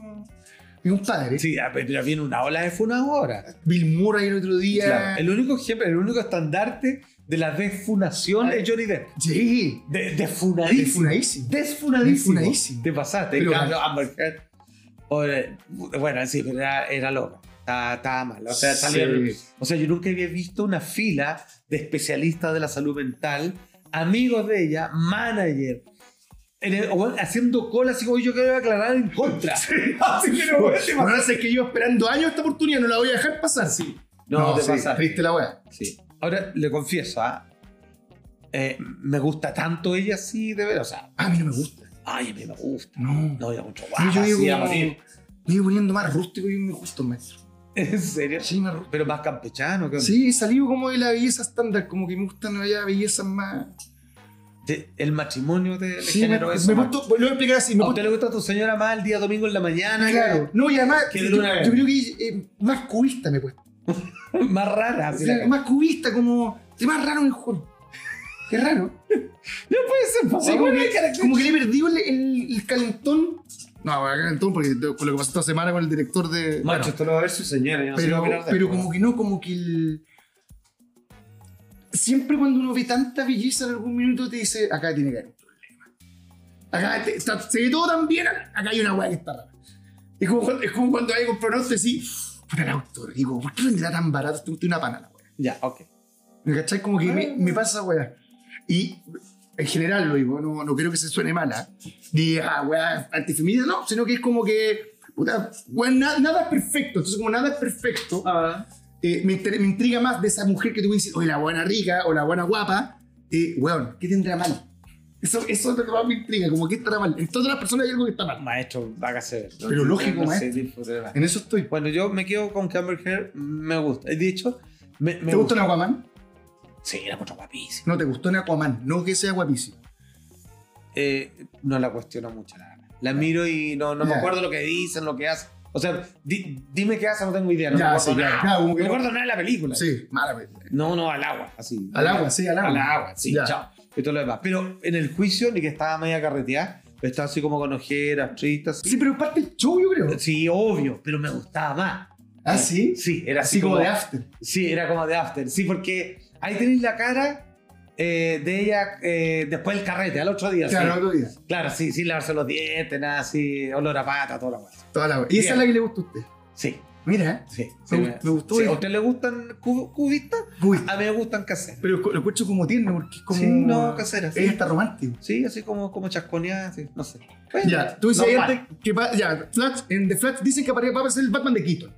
S1: mi compadre,
S2: ganar. Sí, ah, pero ya viene una ola de funas ahora.
S1: Bill Murray el otro día.
S2: Claro, el único ejemplo, el único estandarte de la desfunación
S1: Ah.
S2: es Johnny Depp.
S1: Sí,
S2: De, defunadísimo.
S1: defunadísimo.
S2: Desfunadísimo.
S1: Desfunadísimo.
S2: Te pasaste.
S1: Pero-
S2: En cambio, Amber Heard, pobre, bueno, sí, pero era, era loca. Estaba, estaba mal. O sea, salía-
S1: Sí.
S2: o sea, yo nunca había visto una fila de especialistas de la salud mental, amigos de ella, manager. en el- bueno, haciendo cola, así como yo quiero aclarar en contra. Así que
S1: Bueno,
S2: no, bueno, te pasaste.
S1: ahora sé que yo esperando años esta oportunidad, no la voy a dejar pasar. Sí.
S2: No, te
S1: sí,
S2: pasaste.
S1: Triste la wea.
S2: Sí. Ahora, le confieso, ¿ah? Eh, me gusta tanto ella así, de veras. O sea,
S1: Ah, A mí no me gusta.
S2: ay, a mí me gusta.
S1: No.
S2: No, yo mucho
S1: Sí,
S2: guapa,
S1: yo
S2: así
S1: digo,
S2: a morir.
S1: Me iba poniendo más rústico y muy justo, maestro.
S2: ¿En serio?
S1: Sí, más rústico.
S2: Pero más campechano. ¿qué onda?
S1: Sí, he salido como de la belleza estándar, como que me gustan allá bellezas más.
S2: Te- El matrimonio te le
S1: Sí, me,
S2: generó
S1: me
S2: eso. man.
S1: gustó- lo voy a explicar así. Me
S2: ¿A
S1: gustó-
S2: usted le gusta a tu señora más el día domingo en la mañana?
S1: claro. No, y además,
S2: Que
S1: yo,
S2: duró una vez.
S1: yo creo que eh, más cubista me he puesto.
S2: más rara.
S1: O
S2: así
S1: sea,
S2: la-
S1: más cubista, como. Es más raro mejor. Qué raro.
S2: No puede ser, papá.
S1: Sí,
S2: ¿Cómo
S1: como,
S2: no hay
S1: que,
S2: carácter?
S1: como que le he perdido el, el- el calentón. No, bueno, calentón, porque te- con lo que pasó esta semana con el director de.
S2: Macho,
S1: bueno,
S2: esto lo va a ver su señora. yo no sé qué
S1: pero,
S2: opinar de
S1: pero
S2: esto.
S1: como que no, como que el. Siempre cuando uno ve tanta belleza en algún minuto te dice, acá tiene que haber un problema. Acá te- está- se ve todo tan bien, acá hay una weá que está rara. Es como, cuando- es como cuando hay un pronóstico así, puta el auto, digo, ¿por qué vendrá tan barato? Esto es una pana la weá.
S2: Ya, ok.
S1: ¿Me cachai? Como que me,
S2: Ah.
S1: me pasa esa weá. Y en general lo digo, no, no quiero que se suene mala. De, ah, weá, antifeminista, no, sino que es como que, puta, weá, na- nada es perfecto. Entonces, como nada es perfecto,
S2: Ah.
S1: eh, me, inter- me intriga más de esa mujer que tú dices, o la buena rica, o la buena guapa, eh, weón, ¿qué tendrá mal? Eso, eso es lo que más me intriga, como que estará mal. En todas las personas hay algo que está mal.
S2: Maestro, hágase ver.
S1: Pero lógico, maestro.
S2: maestro.
S1: En eso estoy.
S2: Bueno, yo me quedo con que Amber Heard me gusta. He dicho, me, me
S1: ¿Te gustó en Aquaman?
S2: Sí, era mucho guapísima.
S1: No, te gustó en Aquaman, no que sea guapísimo.
S2: Eh, no la cuestiono mucho, la verdad. La miro y no, no me
S1: Ya.
S2: acuerdo lo que dicen, lo que hacen. O sea, di- dime qué hacen, no tengo idea. No me
S1: ya,
S2: acuerdo
S1: sí, ya,
S2: nada.
S1: ya, como
S2: No me
S1: que no.
S2: acuerdo nada de la película.
S1: Sí, mala película.
S2: No, no, al agua, así.
S1: Al agua, sí, al agua.
S2: Al agua, sí,
S1: Ya.
S2: chao. Y todo lo demás. Pero en el juicio, ni que estaba media carreteada, estaba así como con ojeras, triste, así.
S1: Sí, pero es parte del show, yo creo.
S2: Sí, obvio, pero me gustaba más.
S1: Ah, sí.
S2: Sí, era
S1: Así como de after.
S2: Sí, era como de after. Sí, porque ahí tenéis la cara eh, de ella eh, después del carrete, al otro día. sí.
S1: Claro, otro día.
S2: Claro, sí, sin lavarse los dientes, nada, así, olor a pata, toda la cosa.
S1: Toda la Y esa
S2: Bien.
S1: es la que le gustó a usted.
S2: Sí,
S1: Mira, ¿eh?
S2: sí.
S1: Me
S2: sí,
S1: gu- me gustó
S2: sí,
S1: eso.
S2: ¿A usted le gustan cu- cubistas?
S1: uy.
S2: A mí me gustan caseras.
S1: Pero lo escucho como tierno, porque es como.
S2: Sí, no, casera, sí.
S1: Ella está romántico.
S2: Sí, así como, como chasconeadas, sí, no sé. Bueno,
S1: Ya, tú dices
S2: normal.
S1: antes que va, ya, Flash, en The Flash dicen que apare- va a aparecer el Batman de Keaton.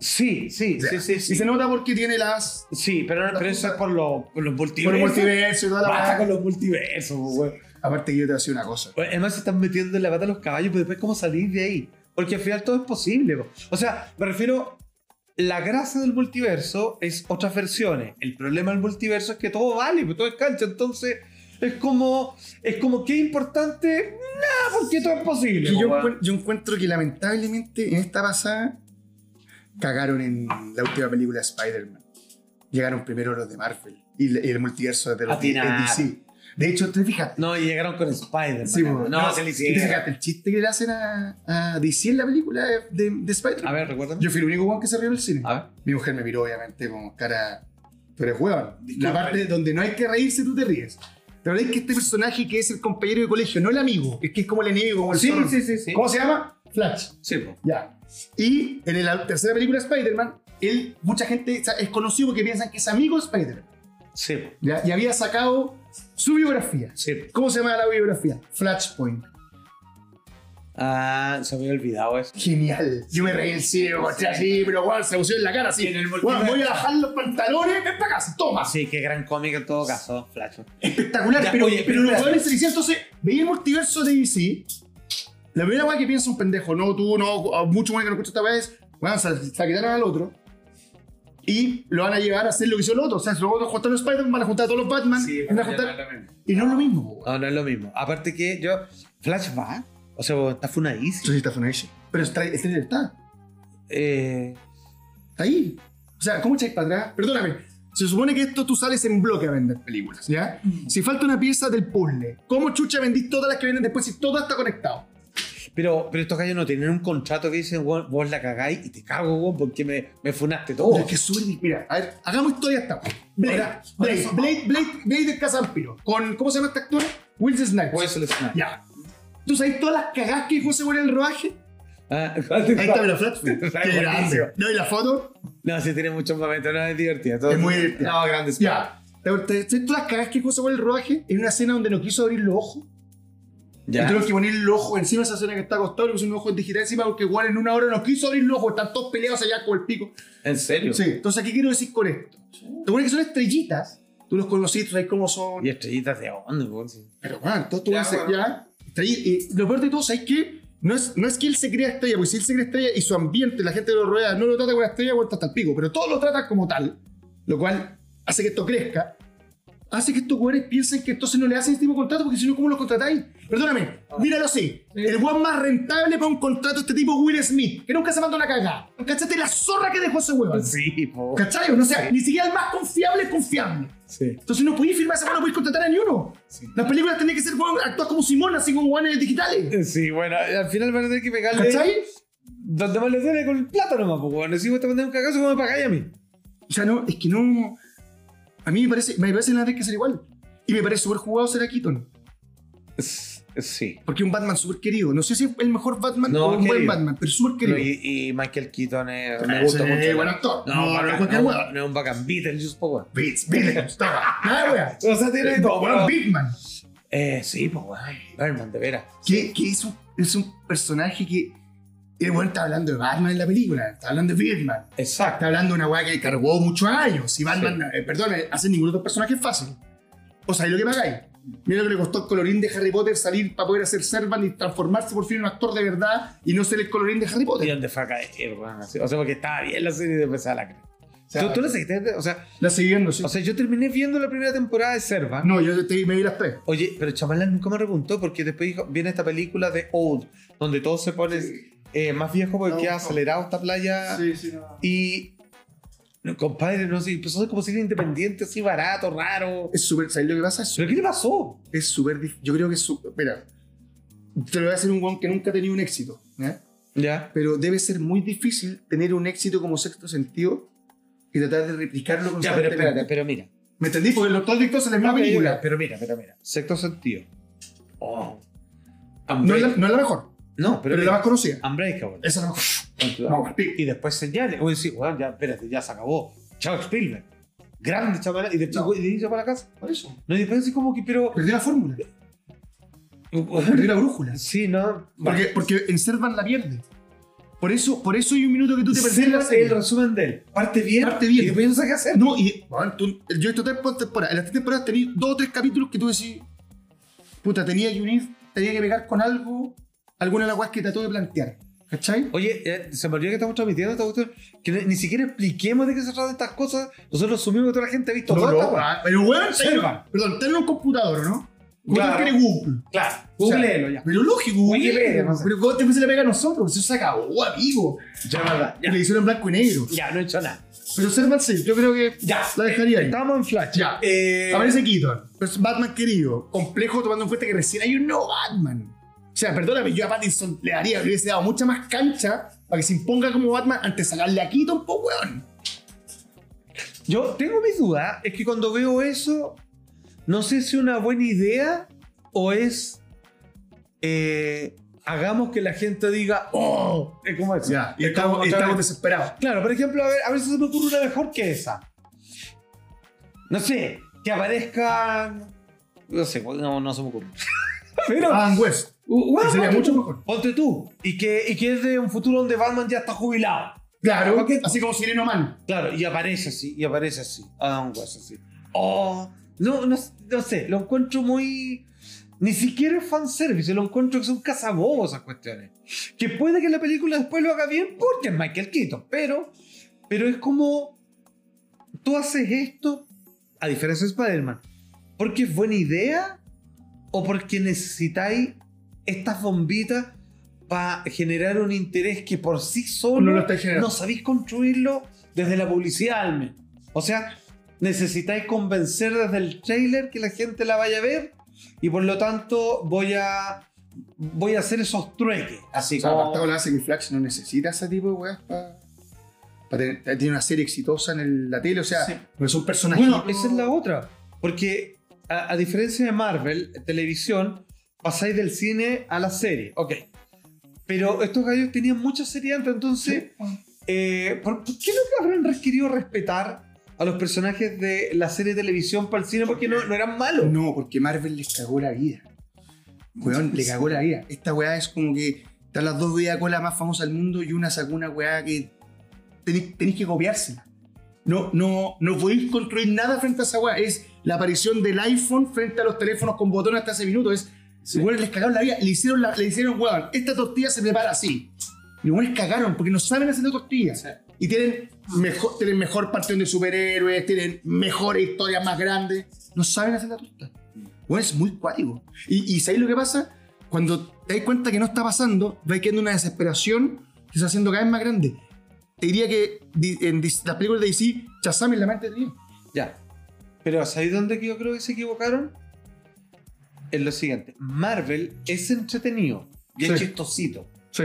S2: Sí, sí,
S1: O sea,
S2: sí, sí. sí.
S1: Y se nota porque tiene las.
S2: Sí, pero, pero eso es por, lo, por los
S1: Por
S2: multiversos.
S1: el multiverso y toda la
S2: Basta
S1: weá.
S2: con los multiversos, po, weón.
S1: Aparte, que yo te voy a decir una cosa.
S2: Oye, Además, se están metiendo en la pata los caballos, pero después, ¿cómo salir de ahí? Porque al final todo es posible. po. O sea, me refiero. La gracia del multiverso es otras versiones. El problema del multiverso es que todo vale, pues, todo es cancha. Entonces, es como. Es como que es importante. Nada, porque todo es posible.
S1: Que
S2: po,
S1: yo,
S2: weón.
S1: encuent- yo encuentro que lamentablemente en esta pasada cagaron en la última película de Spider-Man. Llegaron primero los de Marvel y, le- y el multiverso de los de,
S2: Atinar.
S1: DC. De hecho, te fijaste.
S2: No, y llegaron con Spider-Man.
S1: Sí,
S2: no,
S1: po.
S2: se le
S1: ¿Te
S2: hicieron.
S1: fijaste el chiste que le hacen a, a DC en la película de, de- de
S2: A
S1: Spider-Man?
S2: ver, recuérdame.
S1: Yo fui el único one que se rió en el cine.
S2: A ver.
S1: Mi mujer me miró, obviamente, con cara. Tú eres huevón.
S2: Disculpa.
S1: La parte donde no hay que reírse, tú te ríes. La verdad es que este personaje que es el compañero de colegio, no el amigo, es que es como el enemigo, como el
S2: Sí,
S1: zorro.
S2: sí, sí, sí.
S1: ¿Cómo se llama? Flash.
S2: Sí, po.
S1: Ya. Y en la tercera película Spider-Man, él, mucha gente o sea, es conocido porque piensan que es amigo de Spider-Man.
S2: Sí, po.
S1: ¿ya? Y había sacado su biografía.
S2: Sí, po.
S1: ¿Cómo se llama la biografía? Flashpoint.
S2: Ah, se me había olvidado eso.
S1: Genial. Yo me reí en cielo,
S2: Sí.
S1: así, pero igual se puso en la cara así.
S2: En el
S1: Bueno, voy a bajar los pantalones, ven para casa, toma.
S2: Sí, qué gran cómic en todo caso, Flash.
S1: espectacular.
S2: Ya,
S1: pero
S2: oye,
S1: pero los
S2: espera.
S1: jugadores se le hicieron, entonces, veía el multiverso de DC. La primera weá que piensa un pendejo, no tú, no, a mucho bueno que no escucha esta vez, weón, se, se quitaron al otro. Y lo van a llevar a hacer lo que hizo el otro. O sea, si los otros juntaron a Spider-Man, van a juntar a todos los Batman. van a juntar- Y no es lo mismo, weón.
S2: No, no es lo mismo. Aparte que yo, Flash va, o sea, está
S1: Eso
S2: funadísimo.
S1: sí está Funimation. Pero está, este está en libertad.
S2: Eh,
S1: Está ahí. O sea, ¿cómo echáis para atrás? Perdóname. Se supone que esto tú sales en bloque a vender películas, ¿ya?
S2: Mm.
S1: Si falta una pieza del puzzle, ¿cómo chucha vendís todas las que vienen después si todo está conectado?
S2: pero, pero estos gallos no tienen un contrato que dicen, vos, vos la cagáis y te cago, vos, porque me, me funaste todo.
S1: Mira, que sube- Oh. Mira, a ver, hagamos historia hasta ahora. Blade,
S2: Ahora, ahora
S1: Blade,
S2: somos-
S1: Blade, Blade, Blade del Casampiro. Con, ¿cómo se llama este actor? Will Snipes.
S2: Pues eso les-
S1: Ya. ¿Tú sabes todas las cagadas que José Segura en el rodaje?
S2: Ah,
S1: Ahí está la flash. Qué
S2: Está buenísimo.
S1: grande. No, y la foto.
S2: no, sí tiene muchos momentos, no, es divertido. todo-
S1: Es muy divertido.
S2: No, grandes.
S1: Ya. ¿Te- te- te- todas las cagadas que José Segura en el rodaje? En una escena donde no quiso abrir los ojos.
S2: Ya.
S1: Tuvieron que poner el ojo encima de esa escena que está acostado. Le pusieron un ojo digital encima porque igual en una hora no quiso abrir los ojos. Están todos peleados allá con el pico.
S2: ¿En serio?
S1: Sí. Entonces, ¿qué quiero decir con esto? Te pones que son estrellitas. Tú los conociste, sabes cómo son.
S2: Y estrellitas de onda, vos.
S1: Pero bueno, todo tú
S2: Ya,
S1: vas a
S2: bueno.
S1: ya. Está ahí, y lo peor de todo, ¿sabes qué? No es, no es que él se crea estrella, porque si él se crea estrella y su ambiente, la gente que lo rodea, no lo trata como una estrella, bueno, está hasta el pico. Pero todos lo tratan como tal, lo cual hace que esto crezca. Hace que estos güeyes piensen que entonces no le hacen este tipo de contrato, porque si no, ¿cómo los contratáis? Perdóname,
S2: Ah.
S1: míralo así. El weón más rentable para un contrato este tipo es Will Smith, que nunca se mandó una cagada. ¿Cachaste la zorra que dejó ese
S2: Ah,
S1: huevo?
S2: Sí, po.
S1: ¿Cachai? O sea, ni siquiera el más confiable es confiable.
S2: Sí.
S1: Entonces no podéis firmar esa weá, no podéis contratar a ni uno.
S2: Sí.
S1: Las películas tenían que ser weón, actuar como Simón, así como guanes digitales.
S2: Sí, bueno, al final van a tener que pegarle.
S1: ¿Cachai?
S2: Donde más les duele con el plata nomás, pues, weón. Si vos te mandás un cagazo, ¿cómo me pagáis a mí?
S1: O sea, no, es que no. A mí me parece, me parece que la tiene que ser igual. Y me parece súper jugado ser a Keaton.
S2: Sí.
S1: Porque es un Batman súper querido. No sé si es el mejor Batman
S2: No,
S1: o un buen
S2: querido.
S1: Batman, pero súper querido.
S2: Y, y Michael Keaton es, me
S1: Ese
S2: gusta mucho.
S1: es buen actor.
S2: No,
S1: No, no
S2: bacán,
S1: es cualquier
S2: no,
S1: hueón.
S2: no es un bacán. Beetlejuice, po, weón.
S1: Beats, Beatles, toma. Nada, de wea.
S2: O sea, tiene todo,
S1: Bueno,
S2: pero-
S1: Bigman.
S2: Eh, sí, pues, weón. Batman, de veras.
S1: Que, que es, un, es un personaje que. El bueno está hablando de Batman en la película, está hablando de Batman.
S2: Exacto.
S1: Está hablando de una weá que cargó muchos años. Y Batman, eh, perdón, hace ningún otro personaje fácil. O sea, y lo que pagáis. Mira lo que le costó el colorín de Harry Potter salir para poder hacer Servant y transformarse por fin en un actor de verdad y no ser el colorín de Harry
S2: ¿Y
S1: Potter.
S2: dónde fue a caer, weón? Así- O sea, porque estaba bien la serie de empezar la crema.
S1: sea,
S2: ¿Tú, tú la seguiste? O sea,
S1: La seguí viendo, sí.
S2: o sea, yo terminé viendo la primera temporada de Serva.
S1: no, yo te- me vi las tres.
S2: Oye, pero Chamalan nunca me preguntó porque después dijo, viene esta película de Old, donde todo se pone eh, más viejo porque
S1: No,
S2: ha
S1: no.
S2: acelerado esta playa.
S1: sí, no.
S2: Y, no, compadre, no sé, empezó a ser como serie independiente, así barato, raro.
S1: Es súper, ¿sabes lo que pasa? Es
S2: ¿Pero qué le pasó?
S1: es súper dif- Yo creo que es súper. Espera. Te lo voy a hacer un guan que nunca ha tenido un éxito. ¿eh?
S2: Ya.
S1: Pero debe ser muy difícil tener un éxito como sexto sentido y tratar de replicarlo con
S2: Ya, pero espérate, pero mira.
S1: ¿Me entendí? Porque los dos dictos en la misma
S2: Ok,
S1: película.
S2: Pero mira, pero mira. Sexto sentido. Oh.
S1: No es, la,
S2: Unbreak-
S1: no es la mejor,
S2: No,
S1: pero,
S2: pero,
S1: es la Eh, más conocida.
S2: Unbreakable.
S1: Esa es la mejor.
S2: No, y después señales. Oye, sí, weón, ya, espérate, ya se acabó. Chao, Spielberg. Grande chaval. Y después,
S1: No.
S2: güey, de inicio para la casa.
S1: Por eso.
S2: No, y después así como que, pero.
S1: Perdió la fórmula. Perdió la brújula.
S2: Sí, no.
S1: Porque, porque en Servan la pierde. Por eso, por eso hay un minuto que tú te perdés
S2: Sí,
S1: en la serie.
S2: el resumen de él. Parte bien.
S1: Parte bien.
S2: Y después no sé qué hacer.
S1: No, y bueno, tú- yo he visto tres temporadas. En las tres temporadas tenía dos o tres capítulos que tú decís, puta, tenía que unir, tenía que pegar con algo, alguna de las guas que trató de plantear. ¿Cachai?
S2: Oye, eh, se me olvidó que estamos transmitiendo esta cuestión. Que ni, ni siquiera expliquemos de qué se tratan estas cosas. Nosotros asumimos que toda la gente ha visto pues.
S1: No,
S2: todas
S1: no,
S2: estas weas.
S1: ah, pero bueno,
S2: Servan.
S1: perdón, tenlo en un computador, ¿no? Google
S2: Claro.
S1: tiene Google.
S2: Claro,
S1: Googlelo Pero lógico, Google.
S2: Wikipedia, no sé.
S1: Pero ¿cómo te fuese la pega a nosotros? Eso se acabó, amigo.
S2: Ya, es verdad.
S1: Y le hicieron blanco y negro.
S2: Ya, no he hecho nada.
S1: Pero Servan sí, yo creo que
S2: Ya.
S1: la dejaría ahí.
S2: Estamos en Flash.
S1: Ya.
S2: Eh,
S1: Aparece Keaton. Pero es Batman querido. Complejo tomando en cuenta que recién hay un nuevo Batman. O sea, perdóname, yo a Pattinson le daría, le hubiese dado mucha más cancha para que se imponga como Batman antes de sacarle a Keaton, po weón.
S2: Yo tengo mi duda, es que cuando veo eso, no sé si una buena idea o es eh, hagamos que la gente diga, oh, es como eso.
S1: Ya, y
S2: Es como
S1: estamos,
S2: otra
S1: estamos
S2: vez.
S1: desesperados.
S2: Claro, por ejemplo, a ver, a ver si se me ocurre una mejor que esa. No sé, que aparezca... No sé, no, no se me ocurre. Ah, Pero...
S1: Adam West.
S2: u- bueno,
S1: sería
S2: ponte
S1: mucho
S2: tú,
S1: mejor.
S2: Ponte tú. Y que, y que es de un futuro donde Batman ya está jubilado.
S1: Claro,
S2: Ok.
S1: así como Sireno Man.
S2: Claro, y aparece así, y aparece así. Adam West así. Oh, no, no, no sé, lo encuentro muy... Ni siquiera es fanservice, lo encuentro que son cazabobos esas cuestiones. Que puede que la película después lo haga bien porque es Michael Keaton, pero... Pero es como... Tú haces esto, a diferencia de Spider-Man, porque es buena idea o porque necesitáis estas bombitas para generar un interés que por sí solo
S1: No lo estáis generando.
S2: no sabéis construirlo desde la publicidad al menos. O sea, necesitáis convencer desde el trailer que la gente la vaya a ver y por lo tanto voy a voy a hacer esos trueques. Así
S1: O sea,
S2: como-
S1: apartado la hace que Flash no necesita ese tipo de weas para. tener, eh, tiene una serie exitosa en el- la tele, o sea,
S2: Sí.
S1: no es un personaje.
S2: Bueno, esa es la otra. Porque a, a diferencia de Marvel, televisión, pasáis del cine a la serie. Ok. Pero estos gallos tenían mucha serie antes, entonces, eh, ¿por, por qué nunca habrán querido respetar a los personajes de la serie de televisión para el cine? Porque no, no eran malos.
S1: No, porque Marvel les cagó la vida. Weón, le cagó la vida. Esta weá es como que están las dos videas cola más famosas del mundo y una sacó una weá que tenéis tenéis que copiársela. No, no, no podéis construir nada frente a esa weá. Es la aparición del iPhone frente a los teléfonos con botones hasta ese minuto. Es Sí. Los weones les cagaron la vida, le hicieron, la- le hicieron, weón, esta tortilla se prepara así. Y los weones cagaron porque no saben hacer tortillas.
S3: Sí.
S1: Y tienen mejor, tienen mejor partión de superhéroes, tienen mejores historias más grandes. No saben hacer la torta. Weón, es muy cuático. Y, y ¿sabéis lo que pasa? Cuando te das cuenta que no está pasando, va quedando una desesperación que se está haciendo cada vez más grande. Te diría que di- en dis- las películas de DC, Chazam es la mente de Dios.
S2: Ya. Pero ¿sabéis dónde que yo creo que se equivocaron? En lo siguiente. Marvel es entretenido y es
S1: Sí.
S2: chistosito.
S1: Sí.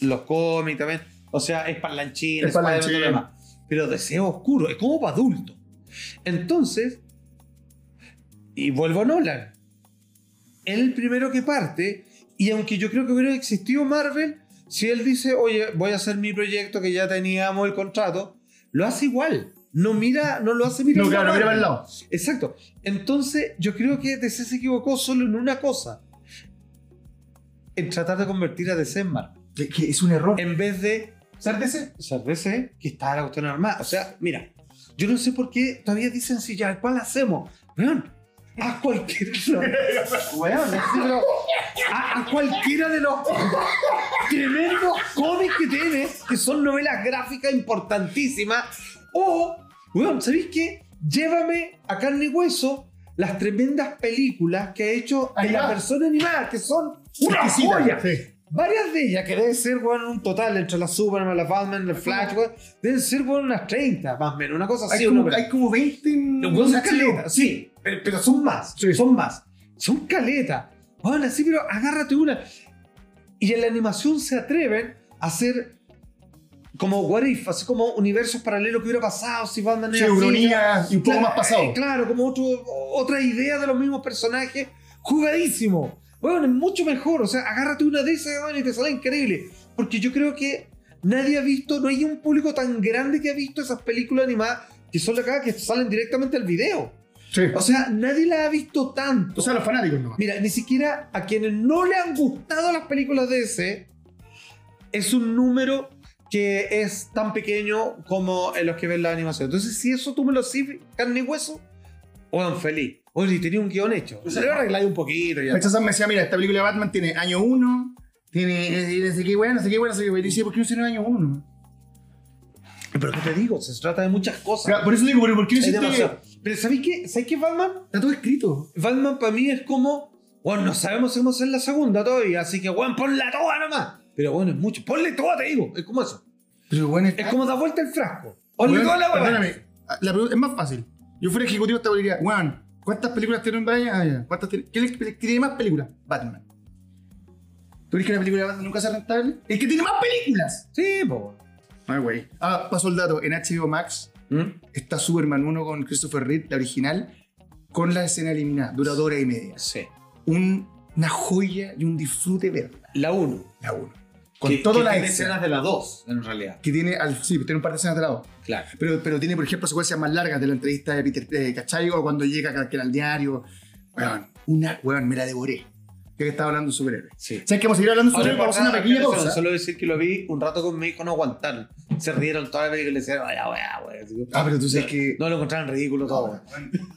S2: Los cómics también. O sea, es parlanchín,
S1: Es
S2: es para
S1: parlanchín.
S2: Pero deseo oscuro, es como para adultos. Entonces, y vuelvo a Nolan. El primero que parte, y aunque yo creo que hubiera existido Marvel, si él dice, oye, voy a hacer mi proyecto que ya teníamos el contrato, lo hace igual. No mira, no lo hace mirar
S1: No,
S2: la
S1: claro, mira para
S2: Marvel.
S1: el lado.
S2: Exacto. Entonces, yo creo que DC se equivocó solo en una cosa. En tratar de convertir a DC en Marvel.
S1: Que- que es un error.
S2: En vez de
S3: ¿Sardese?
S2: ser DC, que está la cuestión armada. O sea, mira, yo no sé por qué todavía dicen si ya, ¿cuál hacemos? Weón, haz cualquier... Weón, sí, pero- haz- haz cualquiera de los tremendos cómics que tienes, que son novelas gráficas importantísimas. O, weón, ¿sabéis qué? Llévame a carne y hueso las tremendas películas que ha hecho de
S1: Ahí
S2: la
S1: va.
S2: persona animada, que son una
S1: Exquisita,
S2: joya.
S1: sí.
S2: Varias de ellas, que deben ser, weón, un total entre la Superman, la Batman, la Flash, weón, deben ser, weón, unas 30, más o menos, una cosa así.
S1: hay, como,
S2: una-
S1: hay como 20 en-
S2: Los weón son
S1: en archivo.
S2: caletas, sí, pero, pero son más,
S1: Sí.
S2: son más. Son caletas. Weón, así, pero agárrate una. Y en la animación se atreven a hacer como what if, así como universos paralelos que hubiera pasado si Batman
S1: Sí,
S2: era así,
S1: ironía y un poco más pasado.
S2: eh, claro, como otro, otra idea de los mismos personajes, jugadísimo. Bueno, es mucho mejor. O sea, agárrate una de esas weón, y te sale increíble. Porque yo creo que nadie ha visto, no hay un público tan grande que ha visto esas películas animadas que son las que salen directamente al video.
S1: Sí.
S2: O sea, nadie las ha visto tanto.
S1: O sea, los fanáticos nomás.
S2: Mira, ni siquiera a quienes no le han gustado las películas de ese es un número que es tan pequeño como en los que ven la animación. Entonces, si eso tú me lo sirves, carne y hueso, weón, feliz. Oye, tenía un guión hecho. Se lo arregláis un poquito y ya.
S1: Chazam me decía, mira, esta película de Batman tiene año 1, tiene eh, no sé qué bueno, no sé qué bueno, no sé qué bueno. Y dice, ¿por qué no hicieron año 1?
S2: Pero ¿qué te digo? Se trata de muchas cosas.
S1: por eso digo, pero ¿por qué no
S2: Hay
S1: hiciste?
S2: demasiado. Pero ¿sabéis qué? ¿Sabéis qué, Batman?
S1: Está todo escrito.
S2: Batman para mí es como, bueno, no sabemos si vamos a hacer la segunda todavía, así que, weón, ponla toda nomás. Pero bueno, es mucho. Ponle toda, te digo. Es como eso.
S1: Pero bueno,
S2: Es como da vuelta el frasco. Ponle
S1: Bueno,
S2: toda la weá.
S1: Perdóname, la pregunta es más fácil. Yo fuera ejecutivo de esta película, weón, ¿cuántas películas tiene Brian? Ah, ya. ¿Cuántas tiene? ¿Qué le- tiene más películas? Batman. ¿Tú crees que una película de Batman nunca sea rentable? ¡El que tiene más películas!
S2: Sí, po.
S1: Ay, güey. Ah, pasó el dato. En HBO Max
S2: ¿Mm?
S1: está Superman 1 con Christopher Reeve, la original, con la escena eliminada, dura dos horas y media.
S2: Sí.
S1: Un- una joya y un disfrute verla,
S2: La 1.
S1: la 1. Con todas las escenas.
S2: escenas de la 2, en realidad.
S1: Que tiene, al, sí, tiene un par de escenas de lado.
S2: Claro.
S1: Pero, pero tiene, por ejemplo, secuencias más largas de la entrevista de Peter, eh, ¿cachai? O cuando llega a al diario. Weón, una, weón, me la devoré. Ya que estaba hablando de superhéroes.
S2: Sí.
S1: ¿Sabes que vamos a seguir hablando de
S2: Ahora,
S1: superhéroes? Vamos a hacer una pequeña pausa.
S2: Solo decir que lo vi un rato con mi hijo, no aguantaron. Se rieron toda la película y le decían, vaya weá, weá. Así que-
S1: Ah, pero tú sabes que.
S2: No lo encontraron ridículo todo.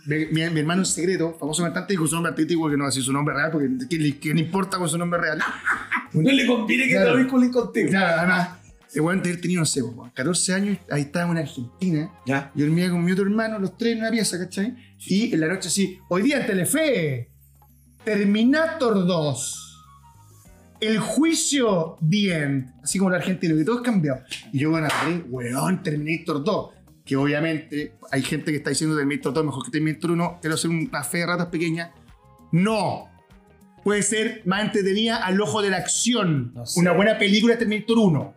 S1: Mi, mi- mi hermano en secreto, famoso cantante, y con su nombre artístico, que no va a decir su nombre real, porque ¿qué le- ¿qué le importa con su nombre real?
S2: No le conviene
S1: Claro.
S2: vinculen contigo.
S1: Claro, además, el weón tenía tenía, no sé, po, weón, 14 años, ahí estábamos en Argentina.
S2: Ya.
S1: Yo dormía con mi otro hermano, los tres en una pieza, ¿cachai? Y en la noche así, hoy día en Telefe, Terminator 2, El Juicio Bien, así como el argentino, que todo es cambiado. Y yo, bueno, abrí, weón, Terminator 2. Que obviamente hay gente que está diciendo Terminator 2 mejor que Terminator 1, quiero hacer una fe de ratas pequeña. No, puede ser más entretenida al ojo de la acción.
S2: No sé.
S1: Una buena película es Terminator 1.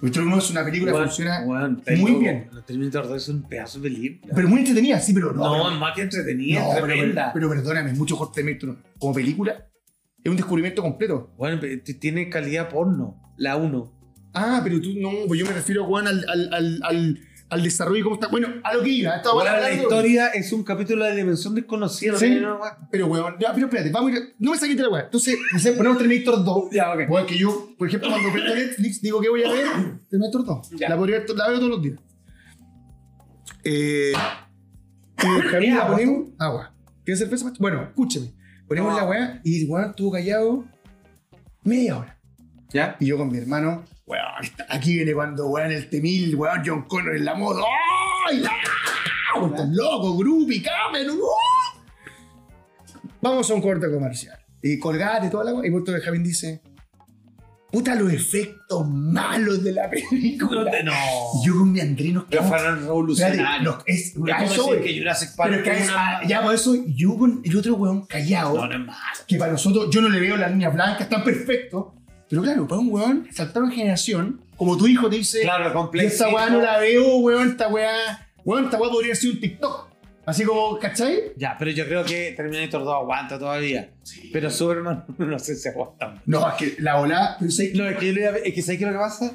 S1: Terminator 1 es una película que
S2: Weón,
S1: funciona
S2: weón,
S1: muy
S2: loco.
S1: bien.
S2: Los Terminator 2 es un pedazo de película.
S1: pero muy entretenida, sí, pero no.
S2: no, es más que entretenida,
S1: No,
S2: es
S1: pero,
S2: tremenda.
S1: pero perdóname, es mucho mejor Terminator como película. Es un descubrimiento completo.
S2: Bueno, pero t- tiene calidad porno. La 1.
S1: Ah, pero tú no, pues yo me refiero, Juan, al, al, al, al, al desarrollo y cómo está. Bueno, a lo que iba, estaba
S2: Bueno, la
S1: hablando-
S2: historia es un capítulo de Dimensión Desconocida.
S1: Sí.
S2: No, no, no.
S1: Pero, weón, ya, pero espérate, vamos a ir. No me saqué de la weá. Entonces, no sé, ponemos Terminator 2.
S2: Ya, ok.
S1: Weón, que yo, por ejemplo, cuando prendo Netflix, digo que voy a ver Terminator 2.
S2: Ya.
S1: La, podría, ver- la veo todos los días. Eh, y en
S2: Ni
S1: Javier la
S2: agua,
S1: ponemos agua. ¿Quieres cerveza? macho? Bueno, escúchame. Ponemos
S2: No.
S1: la weá y el weón estuvo callado media hora.
S2: ¿Ya?
S1: Y yo con mi hermano, weón, está- aquí viene cuando weón el temil, weón John Connor en la moto. ¡Ay, la! Estás loco, groupie, Cameron. ¡uh! Vamos a un corte comercial. Y colgate toda la weá. Y Puerto Benjamín dice: Puta, los efectos malos de la película.
S2: no.
S1: Y Yo con mi André nos
S2: Pero
S1: quedamos.
S2: fueron
S1: Espérate,
S2: revolucionarios.
S1: nos- es,
S2: Es
S1: a
S2: como
S1: eso
S2: decir
S1: voy.
S2: que Jurassic Park
S1: Pero es que
S2: es
S1: es-
S2: una-
S1: ah, ya por eso, yo con el otro weón callado
S2: No, no es malo.
S1: que para nosotros yo no le veo las líneas blancas tan perfecto. Pero claro, para un weón, saltar una generación, como tu hijo te dice,
S2: Claro,
S1: "Yo
S2: complejo.
S1: esta weá no la veo, weón, esta weá, weón, esta weá podría ser un TikTok. Así como, ¿cachai?
S2: Ya, pero yo creo que Terminator 2 aguanta todavía. Pero Superman no sé si aguanta.
S1: No, es que la ola, pero sé-
S2: No, es que yo le iba a- es que ¿sabes qué es lo que pasa?
S1: es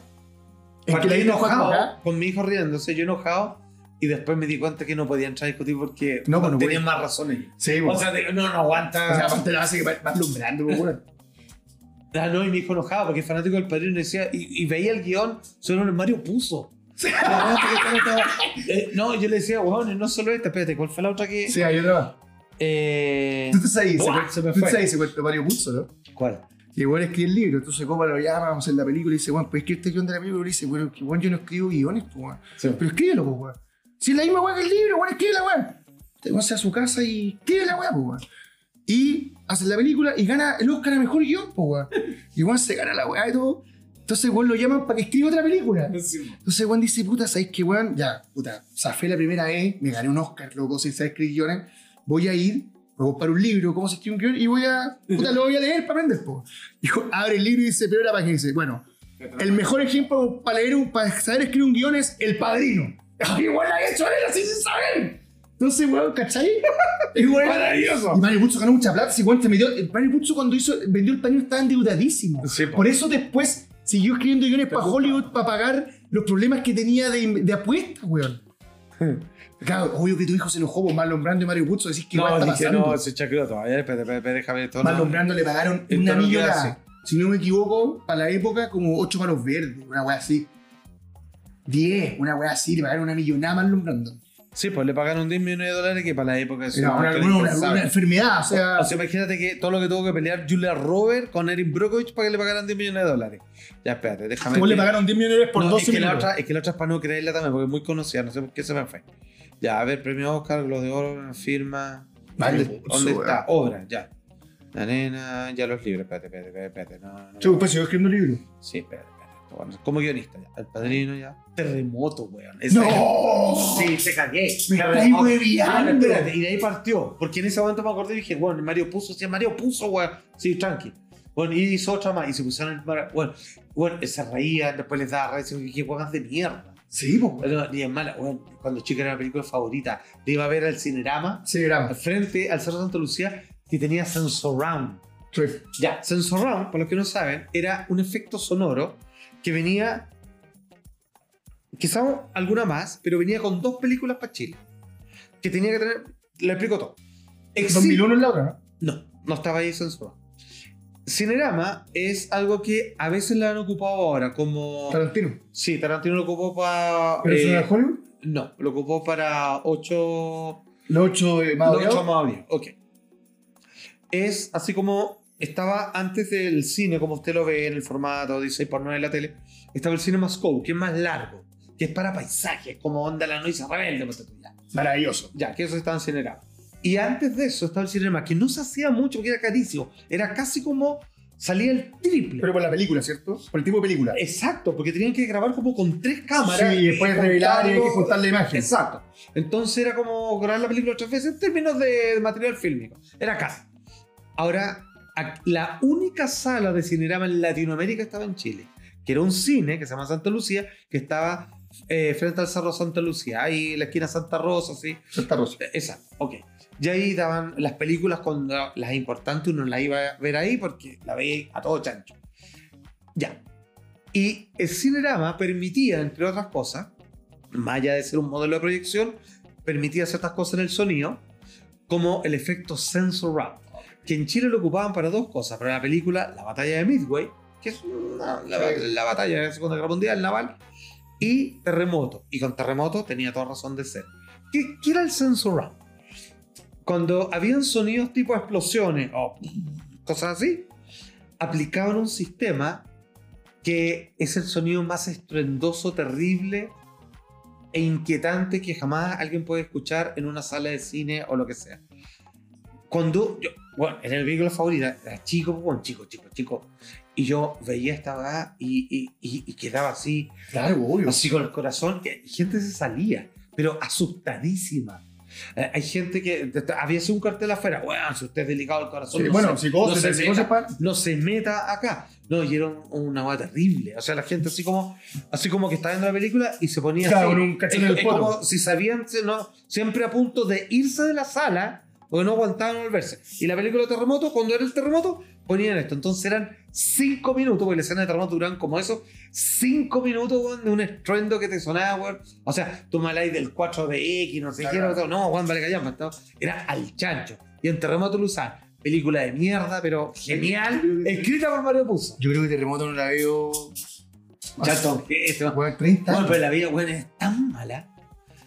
S1: que
S2: Partí
S1: la vimos cuando
S2: enojado,
S1: acá.
S2: con mi hijo riéndose, yo enojado, y después me di cuenta que no podía entrar a discutir porque
S1: No, pues no
S2: tenían
S1: puede.
S2: más razones.
S1: Sí,
S2: O
S1: weón.
S2: sea, digo, no, no aguanta.
S1: O sea, aparte la base que va- va alumbrando, weón.
S2: Ah, no, y mi hijo enojado porque es fanático del padrino y decía, y, y veía el guión, solo el Mario puso. La verdad es que estaba- eh, no, yo le decía, weón, y no solo esta, espérate, ¿cuál fue la otra que.?
S1: Sí, hay otra más.
S2: Eh,
S1: Tú te sabes, ese
S2: Buah,
S1: cuento-
S2: se me
S1: tú te
S2: fue.
S1: sabes ese cuento de Mario Puzo, ¿no?
S2: ¿Cuál?
S1: Y el weón escribe el libro, entonces Copa lo llama, vamos a hacer la película y dice, weón, pues que este guión de la película y dice, bueno, que weón, yo no escribo guiones, pues, weón. Pero escríbelo, pues, weón. Si es la misma weá que el libro, weón, escribe la weá. Te vas a su casa y escribe la weá, pues, weón. Y hacen la película y gana el Oscar a mejor guión, pues, weón. Y weón se gana la weá y todo. Entonces, weón, lo llaman para que escriba otra película.
S2: Sí.
S1: Entonces, weón dice, puta, ¿sabéis qué, weón? Ya, puta, zafé la primera vez, me gané un Oscar, loco, sin saber escribir guiones. Voy a ir, voy a comprar un libro, cómo se escribe un guión, y voy a, puta, lo voy a leer para aprender, po. Dijo, abre el libro y dice, pero la página dice, bueno, el mejor ejemplo para leer, un- para saber escribir un guión es El Padrino. Igual la he hecho él así sin saber. Entonces, weón, ¿cachai? Y, weón,
S2: Maravilloso.
S1: Y Mario Puzo ganó mucha plata, si weón se metió, el Mario Puzo cuando hizo, vendió El Padrino estaba endeudadísimo.
S2: Sí, po.
S1: Por eso después siguió escribiendo guiones para Hollywood para pagar los problemas que tenía de, de apuestas, weón. Claro, obvio que tu hijo se enojó por Marlon Brando y Mario Puzo. Decís que igual
S2: No,
S1: está
S2: dije,
S1: pasando.
S2: no, se chacró todavía. Espérate, espérate, espérate, déjame esto.
S1: Marlon
S2: No.
S1: Brando le pagaron una
S2: Esto no queda
S1: millonada.
S2: así.
S1: Si no me equivoco, para la época, como 8 palos verdes, una weá así. 10, una weá así, le pagaron una millonada a Marlon Brando.
S2: Sí, pues le pagaron 10 millones de dólares que para la época es
S1: Era
S2: una
S1: una,
S2: cuestión
S1: una- una-
S2: impensable.
S1: una enfermedad, o sea.
S2: O sea, imagínate que todo lo que tuvo que pelear Julia Robert con Erin Brockovich para que le pagaran 10 millones de dólares. Ya, espérate, déjame.
S1: ¿Cómo le
S2: ver.
S1: pagaron 10 millones por
S2: No,
S1: 12
S2: es que, la
S1: minutos?
S2: otra, es que la otra es para no creerla también, porque es muy conocida, no sé por qué se me fue. Ya, a ver, premio Oscar, Globo de Oro, firma.
S1: Mario
S2: ¿Dónde,
S1: Puzo,
S2: dónde
S1: weón.
S2: está? Obra, ya. La nena, ya los libros, espérate, espérate, espérate. espérate, No, no,
S1: Chupa, siguió pues, escribiendo libros.
S2: Sí, espérate, espérate. esto, bueno, como guionista, ya. El padrino, ya. Terremoto, weón. Ese-
S1: ¡No!
S2: Sí, te cagué.
S1: ¡Oh! Me
S2: Claro,
S1: estáis
S2: ok.
S1: hueviando.
S2: Claro, espérate, Y de ahí partió. Porque en ese momento me acordé y dije, bueno, Mario Puzo, sí, Mario Puzo, weón. Sí, tranqui. Bueno, y hizo otra más y se pusieron. Bueno, bueno eh, se reían, después les daba risa. Y dije, weón, de mierda.
S1: Sí, pues.
S2: Pero ni es mala, weón. Cuando chica era mi película favorita, le iba a ver al Cinerama,
S1: Sí,
S2: al
S1: gramos.
S2: frente al Cerro Santa Lucía, que tenía Sensorround.
S1: Sí.
S2: Ya, Sensorround, para los que no saben, era un efecto sonoro que venía, quizá alguna más, pero venía con dos películas para Chile. Que tenía que tener, le explico todo. Exi-
S1: 2001 es la otra, ¿no?
S2: No, no estaba ahí censurado. Cinerama es algo que a veces la han ocupado ahora, como...
S1: Tarantino.
S2: Sí, Tarantino lo ocupó para...
S1: ¿Pero eso no era Hollywood?
S2: No, lo ocupó para 8
S1: Los eh, 8 de Madrid.
S2: Ok. Es así como estaba antes del cine, como usted lo ve en el formato 16x9 de la tele, estaba el CinemaScope, que es más largo, que es para paisajes, como onda la noche rebelde, ponte tú, ya.
S1: Maravilloso.
S2: Ya, que eso estaba en Cinerama. Y antes de eso estaba el cinema, que no se hacía mucho, que era carísimo. Era casi como salía el triple.
S1: Pero por la película, ¿cierto? Por el tipo de película.
S2: Exacto, porque tenían que grabar como con tres cámaras.
S1: Sí, y después revelar y hay que
S2: juntando-
S1: juntar la imagen.
S2: Ah, Exacto. Entonces era como grabar la película tres veces en términos de material fílmico. Era casi. Ahora, ac- la única sala de cinerama en Latinoamérica estaba en Chile, que era un cine que se llama Santa Lucía, que estaba eh, frente al Cerro Santa Lucía, ahí en la esquina Santa Rosa, así.
S1: Santa Rosa.
S2: Eh, Exacto, ok. Y ahí daban las películas cuando las importantes uno las iba a ver ahí porque la veía a todo chancho. Ya. Y el Cinerama permitía, entre otras cosas, más allá de ser un modelo de proyección, permitía ciertas cosas en el sonido, como el efecto sensor wrap, que en Chile lo ocupaban para dos cosas, para la película La Batalla de Midway, que es una- la, la batalla de la Segunda Guerra Mundial naval, y Terremoto. Y con Terremoto tenía toda razón de ser. ¿Qué, qué era el sensor round? cuando habían sonidos tipo explosiones o cosas así, aplicaban un sistema que es el sonido más estruendoso, terrible e inquietante que jamás alguien puede escuchar en una sala de cine o lo que sea. Cuando yo, bueno, era el vehículo favorito, era chico, pues, bueno, chico, chico, chico. Y yo veía esta vaga y, y- y- y quedaba así,
S1: Claro, obvio.
S2: así con el corazón, que gente se salía, pero asustadísima. Eh, hay gente que te- te- había sido un cartel afuera, bueno, si usted es delicado el corazón,
S1: Sí,
S2: no
S1: bueno,
S2: se- no
S1: psicosis,
S2: se
S1: psicosis
S2: meta
S1: para-
S2: no se meta acá. No, y era un- una hueá terrible. O sea, la gente así como, así como que está viendo la película y se ponía
S1: Claro,
S2: así.
S1: con un cachete
S2: Es-
S1: en el
S2: es
S1: poto.
S2: como si sabían, se- no, siempre a punto de irse de la sala porque no aguantaban volverse. Y la película Terremoto, cuando era el terremoto, ponían esto. Entonces eran cinco minutos, porque la escena de terremoto duran como eso, cinco minutos, weón, de un estruendo que te sonaba, weón. O sea, tú me habláis del 4DX, no sé qué,
S1: Claro.
S2: no, sé- no, Juan Vale Callampa, estaba- era al chancho. Y en Terremoto lo usaban. Película de mierda, pero genial, escrita por Mario Puzo.
S1: Yo creo que Terremoto no la veo.
S2: Chato, este, weón.
S1: Bueno, 30.
S2: Bueno, pero la vida, weón, es tan mala,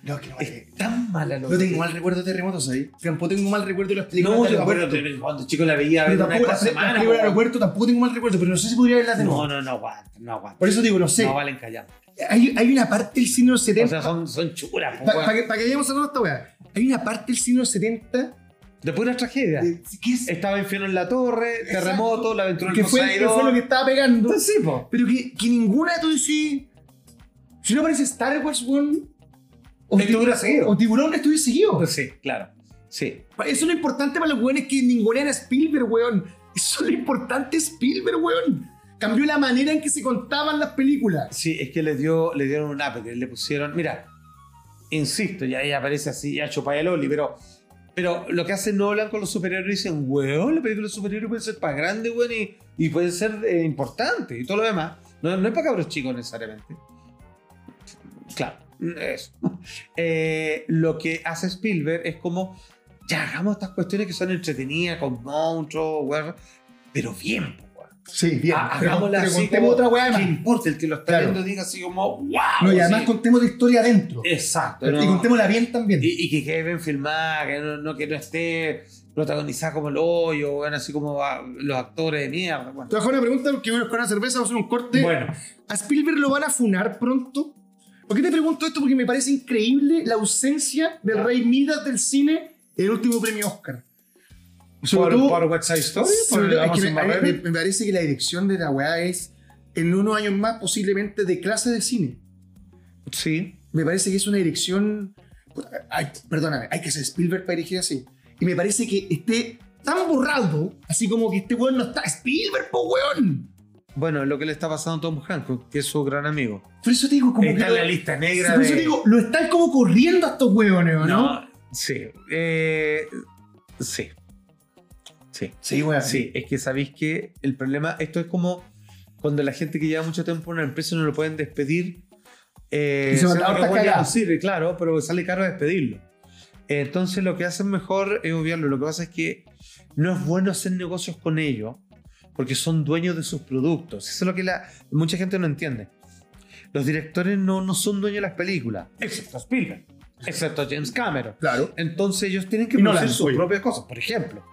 S1: no, es que no vale.
S2: es tan mala. lo
S1: No
S2: que-
S1: tengo mal recuerdo de terremotos ahí. Tampoco tengo mal recuerdo de las películas
S2: No,
S1: de
S2: yo me acuerdo
S1: aeropuerto.
S2: que cuando chico la veía
S1: Pero
S2: una vez
S1: tampoco
S2: por
S1: las las
S2: semana.
S1: películas de
S2: weón.
S1: aeropuerto tampoco tengo mal recuerdo, pero no sé si podría verlas de nuevo.
S2: No, no, no aguanta, no aguanta.
S1: Por eso digo, no sé.
S2: No valen callar.
S1: Hay, hay una parte del cine de los
S2: O
S1: 70.
S2: sea, son, son churas. pues,
S1: Para
S2: weón.
S1: que, pa' que hayamos cerrado esta weá. Hay una parte del cine de los 70
S2: De puras tragedias.
S1: eh, que, es-
S2: Estaba Infierno en la Torre,
S1: Exacto.
S2: Terremoto, La Aventura
S1: que
S2: del
S1: fue, que fue lo que estaba pegando.
S2: Sí, po.
S1: Pero que, que ninguna tú decís. Si no aparece Star Wars, weón. O,
S2: Estuviera
S1: Tiburón-
S2: seguido.
S1: o Tiburón estuviera seguido.
S2: Sí, claro. Sí.
S1: Eso es lo importante para los weones que ninguna era Spielberg, weón. Eso es lo importante Spielberg, weón. Cambió la manera en que se contaban las películas.
S2: Sí, es que le, dio, le dieron un ápice, le pusieron. Mira, insisto, ya ahí aparece así, ya chupa el Oli, pero. Pero lo que hacen Nolan con los superhéroes dicen, weón, la película de superhéroes puede ser para grande, weón, y, y puede ser eh, importante y todo lo demás. No, no es para cabros chicos necesariamente. Claro, eso. Eh, lo que hace Spielberg es como, ya hagamos estas cuestiones que son entretenidas, con monstruos, weón, pero bien, pues, weón.
S1: Sí, bien.
S2: Ah,
S1: Pero,
S2: hagámosla
S1: pero
S2: así
S1: contemos
S2: como-
S1: otra weá más.
S2: que importa, el que lo está
S1: Claro.
S2: viendo diga así como, wow.
S1: No, y además contemos la historia adentro.
S2: Exacto.
S1: Y
S2: ¿no?
S1: contémosla bien también.
S2: Y, y que quede bien filmada, que no, no- que no esté protagonizada como el hoyo, weón, así como ah, los actores de mierda. Bueno,
S1: Te voy a dejar una pregunta porque voy a buscar una cerveza, vamos a hacer un corte.
S2: Bueno,
S1: ¿A Spielberg lo van a funar pronto? ¿Por qué te pregunto esto? Porque me parece increíble la ausencia del
S2: Ah.
S1: rey Midas del cine en el último premio Oscar.
S2: por,
S1: todo-
S2: por West Side Story,
S1: Sí,
S2: por
S1: pero es que
S2: Amazon
S1: me, a mí
S2: Barber.
S1: me- me parece que la dirección de la weá es en unos años más posiblemente de clase de cine.
S2: Sí.
S1: Me parece que es una dirección... ay, perdóname, hay que ser Spielberg para dirigir así. Y me parece que esté tan borrado, así como que este weón no está... Spielberg, po weón.
S2: Bueno, lo que le está pasando a Tom Hanks, que es su gran amigo.
S1: Por eso te digo como
S2: Está
S1: que...
S2: en
S1: lo-
S2: la lista negra.
S1: por eso
S2: de-
S1: te digo, lo están como corriendo a estos weones, ¿o ¿no?
S2: No, sí. eh, sí. Sí.
S1: Sí, weón.
S2: Sí, es que sabéis que el problema, esto es como cuando la gente que lleva mucho tiempo en una empresa no lo pueden despedir. Eh,
S1: Y se van
S2: se
S1: a
S2: van a
S1: harta
S2: que
S1: cagada.
S2: no sirve, claro, pero sale caro despedirlo. Entonces lo que hacen mejor es obviarlo. Lo que pasa es que no es bueno hacer negocios con ellos porque son dueños de sus productos. Eso es lo que la, mucha gente no entiende. Los directores no, no son dueños de las películas, excepto Spielberg, excepto James Cameron.
S1: Claro.
S2: Entonces ellos tienen que
S1: Y no la
S2: producir sus
S1: suya.
S2: propias cosas, por ejemplo.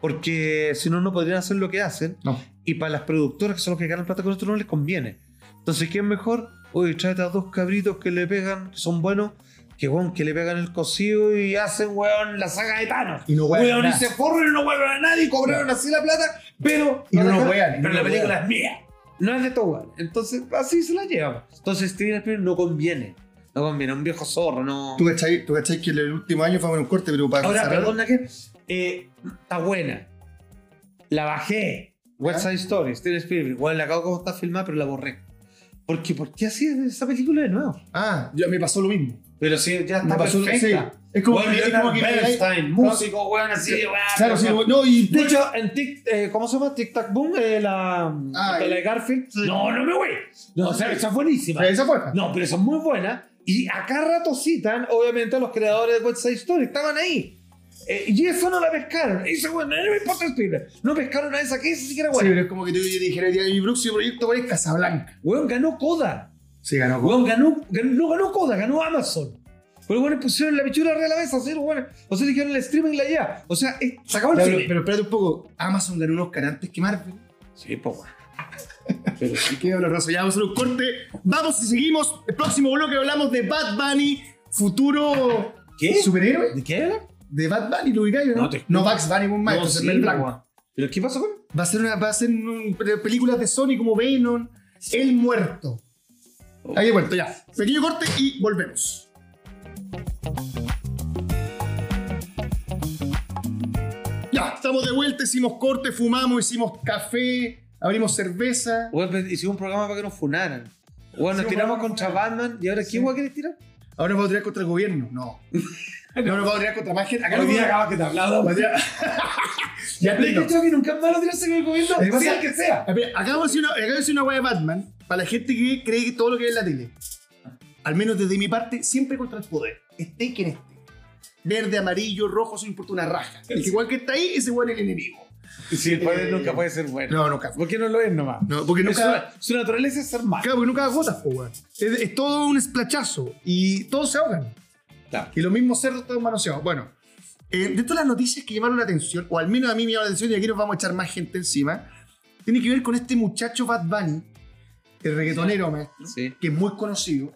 S2: Porque si no, no podrían hacer lo que hacen.
S1: No.
S2: Y para las productoras, que son los que ganan plata con esto, no les conviene. Entonces, ¿qué es mejor? Oye, tráete a dos cabritos que le pegan, que son buenos, que, weón, que le pegan el cocido y hacen, weón, la saga de Thanos.
S1: Y no wean
S2: weón,
S1: nada.
S2: y se forran y no vuelven a nadie y cobraron así la plata, pero...
S1: Y no nos
S2: dejaron-
S1: wean, y no
S2: Pero la
S1: nos
S2: película
S1: wean.
S2: es mía. No es de estos weones. Entonces, así se la llevan. Entonces, Steven Spielberg no conviene. No conviene, un viejo zorro, no...
S1: Tú cachai, tú cachai que el último año fue un corte, pero para
S2: Ahora,
S1: cerrar-
S2: perdona que. eh, está buena. La bajé. West Side Story, Steven Spielberg. Bueno, la acabo como está filmada, pero la borré. Porque, ¿por qué hacías esa película de nuevo?
S1: Ah, ya me pasó lo mismo.
S2: Pero sí, ya
S1: Me
S2: está
S1: pasó lo sí.
S2: perfecta.
S1: Es como
S2: Bueno,
S1: que, es
S2: Leonard
S1: como que me
S2: Bernstein, músico, weón, así, weón.
S1: Claro, sí, no, y
S2: De hecho, en Tic, eh, ¿cómo se llama? Tic Tac Boom, eh, la,
S1: Ah,
S2: la de Garfield. No, no me voy. No, o sea, esa es buenísima.
S1: esa fuerza.
S2: No, pero son muy buenas. Y acá rato citan, obviamente, a los creadores de West Side Story. Estaban ahí. Eh, y eso no la pescaron. Eso, bueno, no me importa el Spielberg. No pescaron a esa que esa sí que era
S1: Sí,
S2: buena.
S1: pero es como que tú yo dijera, ya, mi próximo proyecto es Casablanca.
S2: Weón ganó Coda.
S1: Sí, ganó.
S2: Weón ganó, ganó- no ganó Coda, ganó Amazon. Pero bueno, pusieron la pichura arriba de la mesa, así, bueno. O sea, dijeron el streaming la lleva. O sea, es- se acabó el
S1: Ya, pero,
S2: cine.
S1: pero espérate un poco, Amazon ganó un Oscar antes que Marvel.
S2: Sí, pues, weón.
S1: Qué doloroso. Ya vamos a hacer un corte. Vamos y seguimos. El próximo bloque hablamos de Bad Bunny, futuro
S2: ¿Qué?
S1: superhéroe.
S2: ¿De qué habla?
S1: De Bad Bunny, lo ubicáis, ¿no?
S2: ¿Eh? No, te-
S1: No, Bugs Bunny, un maestro,
S2: sí,
S1: es Mel Blanc.
S2: weón. ¿Pero qué pasó con él?
S1: Va a ser, una, va a ser un- de películas de Sony como Venom, El Muerto.
S2: Oh.
S1: Ahí he vuelto, ya. Pequeño corte y volvemos. Ya, estamos de vuelta, hicimos corte, fumamos, hicimos café, abrimos cerveza.
S2: Weón, pues, hicimos un programa para que nos funaran. Weón, nos
S1: Sí,
S2: tiramos
S1: weón.
S2: contra Batman y ahora
S1: Sí.
S2: ¿qué weón querés tirar?
S1: Ahora nos vamos a tirar contra el gobierno. No. no nos vamos a tirar contra más gente. Acá
S2: Hoy
S1: nos
S2: día
S1: vamos a-
S2: acabas que te hablado.
S1: vamos a tirar- Ya
S2: Le
S1: te
S2: he
S1: digo.
S2: dicho que nunca es malo tirarse con el
S1: Es
S2: gobierno, sea
S1: verdad.
S2: el que sea.
S1: A ver, Acabamos de decir una, acabo de decir una wea de Batman para la gente que cree que todo lo que ve en la tele. Al menos desde mi parte, siempre contra el poder. Esté quien esté. Verde, amarillo, rojo, eso no importa una raja. El que igual que está ahí, ese weón es el enemigo.
S2: Sí, el padre
S1: Eh,
S2: nunca puede ser bueno.
S1: No, nunca.
S2: ¿Por qué no lo es nomás?
S1: No, porque
S2: Es
S1: nunca.
S2: una- su naturaleza es ser malo.
S1: Claro, porque nunca da gotas, po, weón. Es, es todo un esplachazo y todos se ahogan.
S2: Claro.
S1: Y los mismos cerdos todos manoseados. Bueno, eh, de todas las noticias que llamaron la atención, o al menos a mí me llamaron la atención, y aquí nos vamos a echar más gente encima, tiene que ver con este muchacho Bad Bunny, el reggaetonero, maestro.
S2: Sí.
S1: que es muy conocido.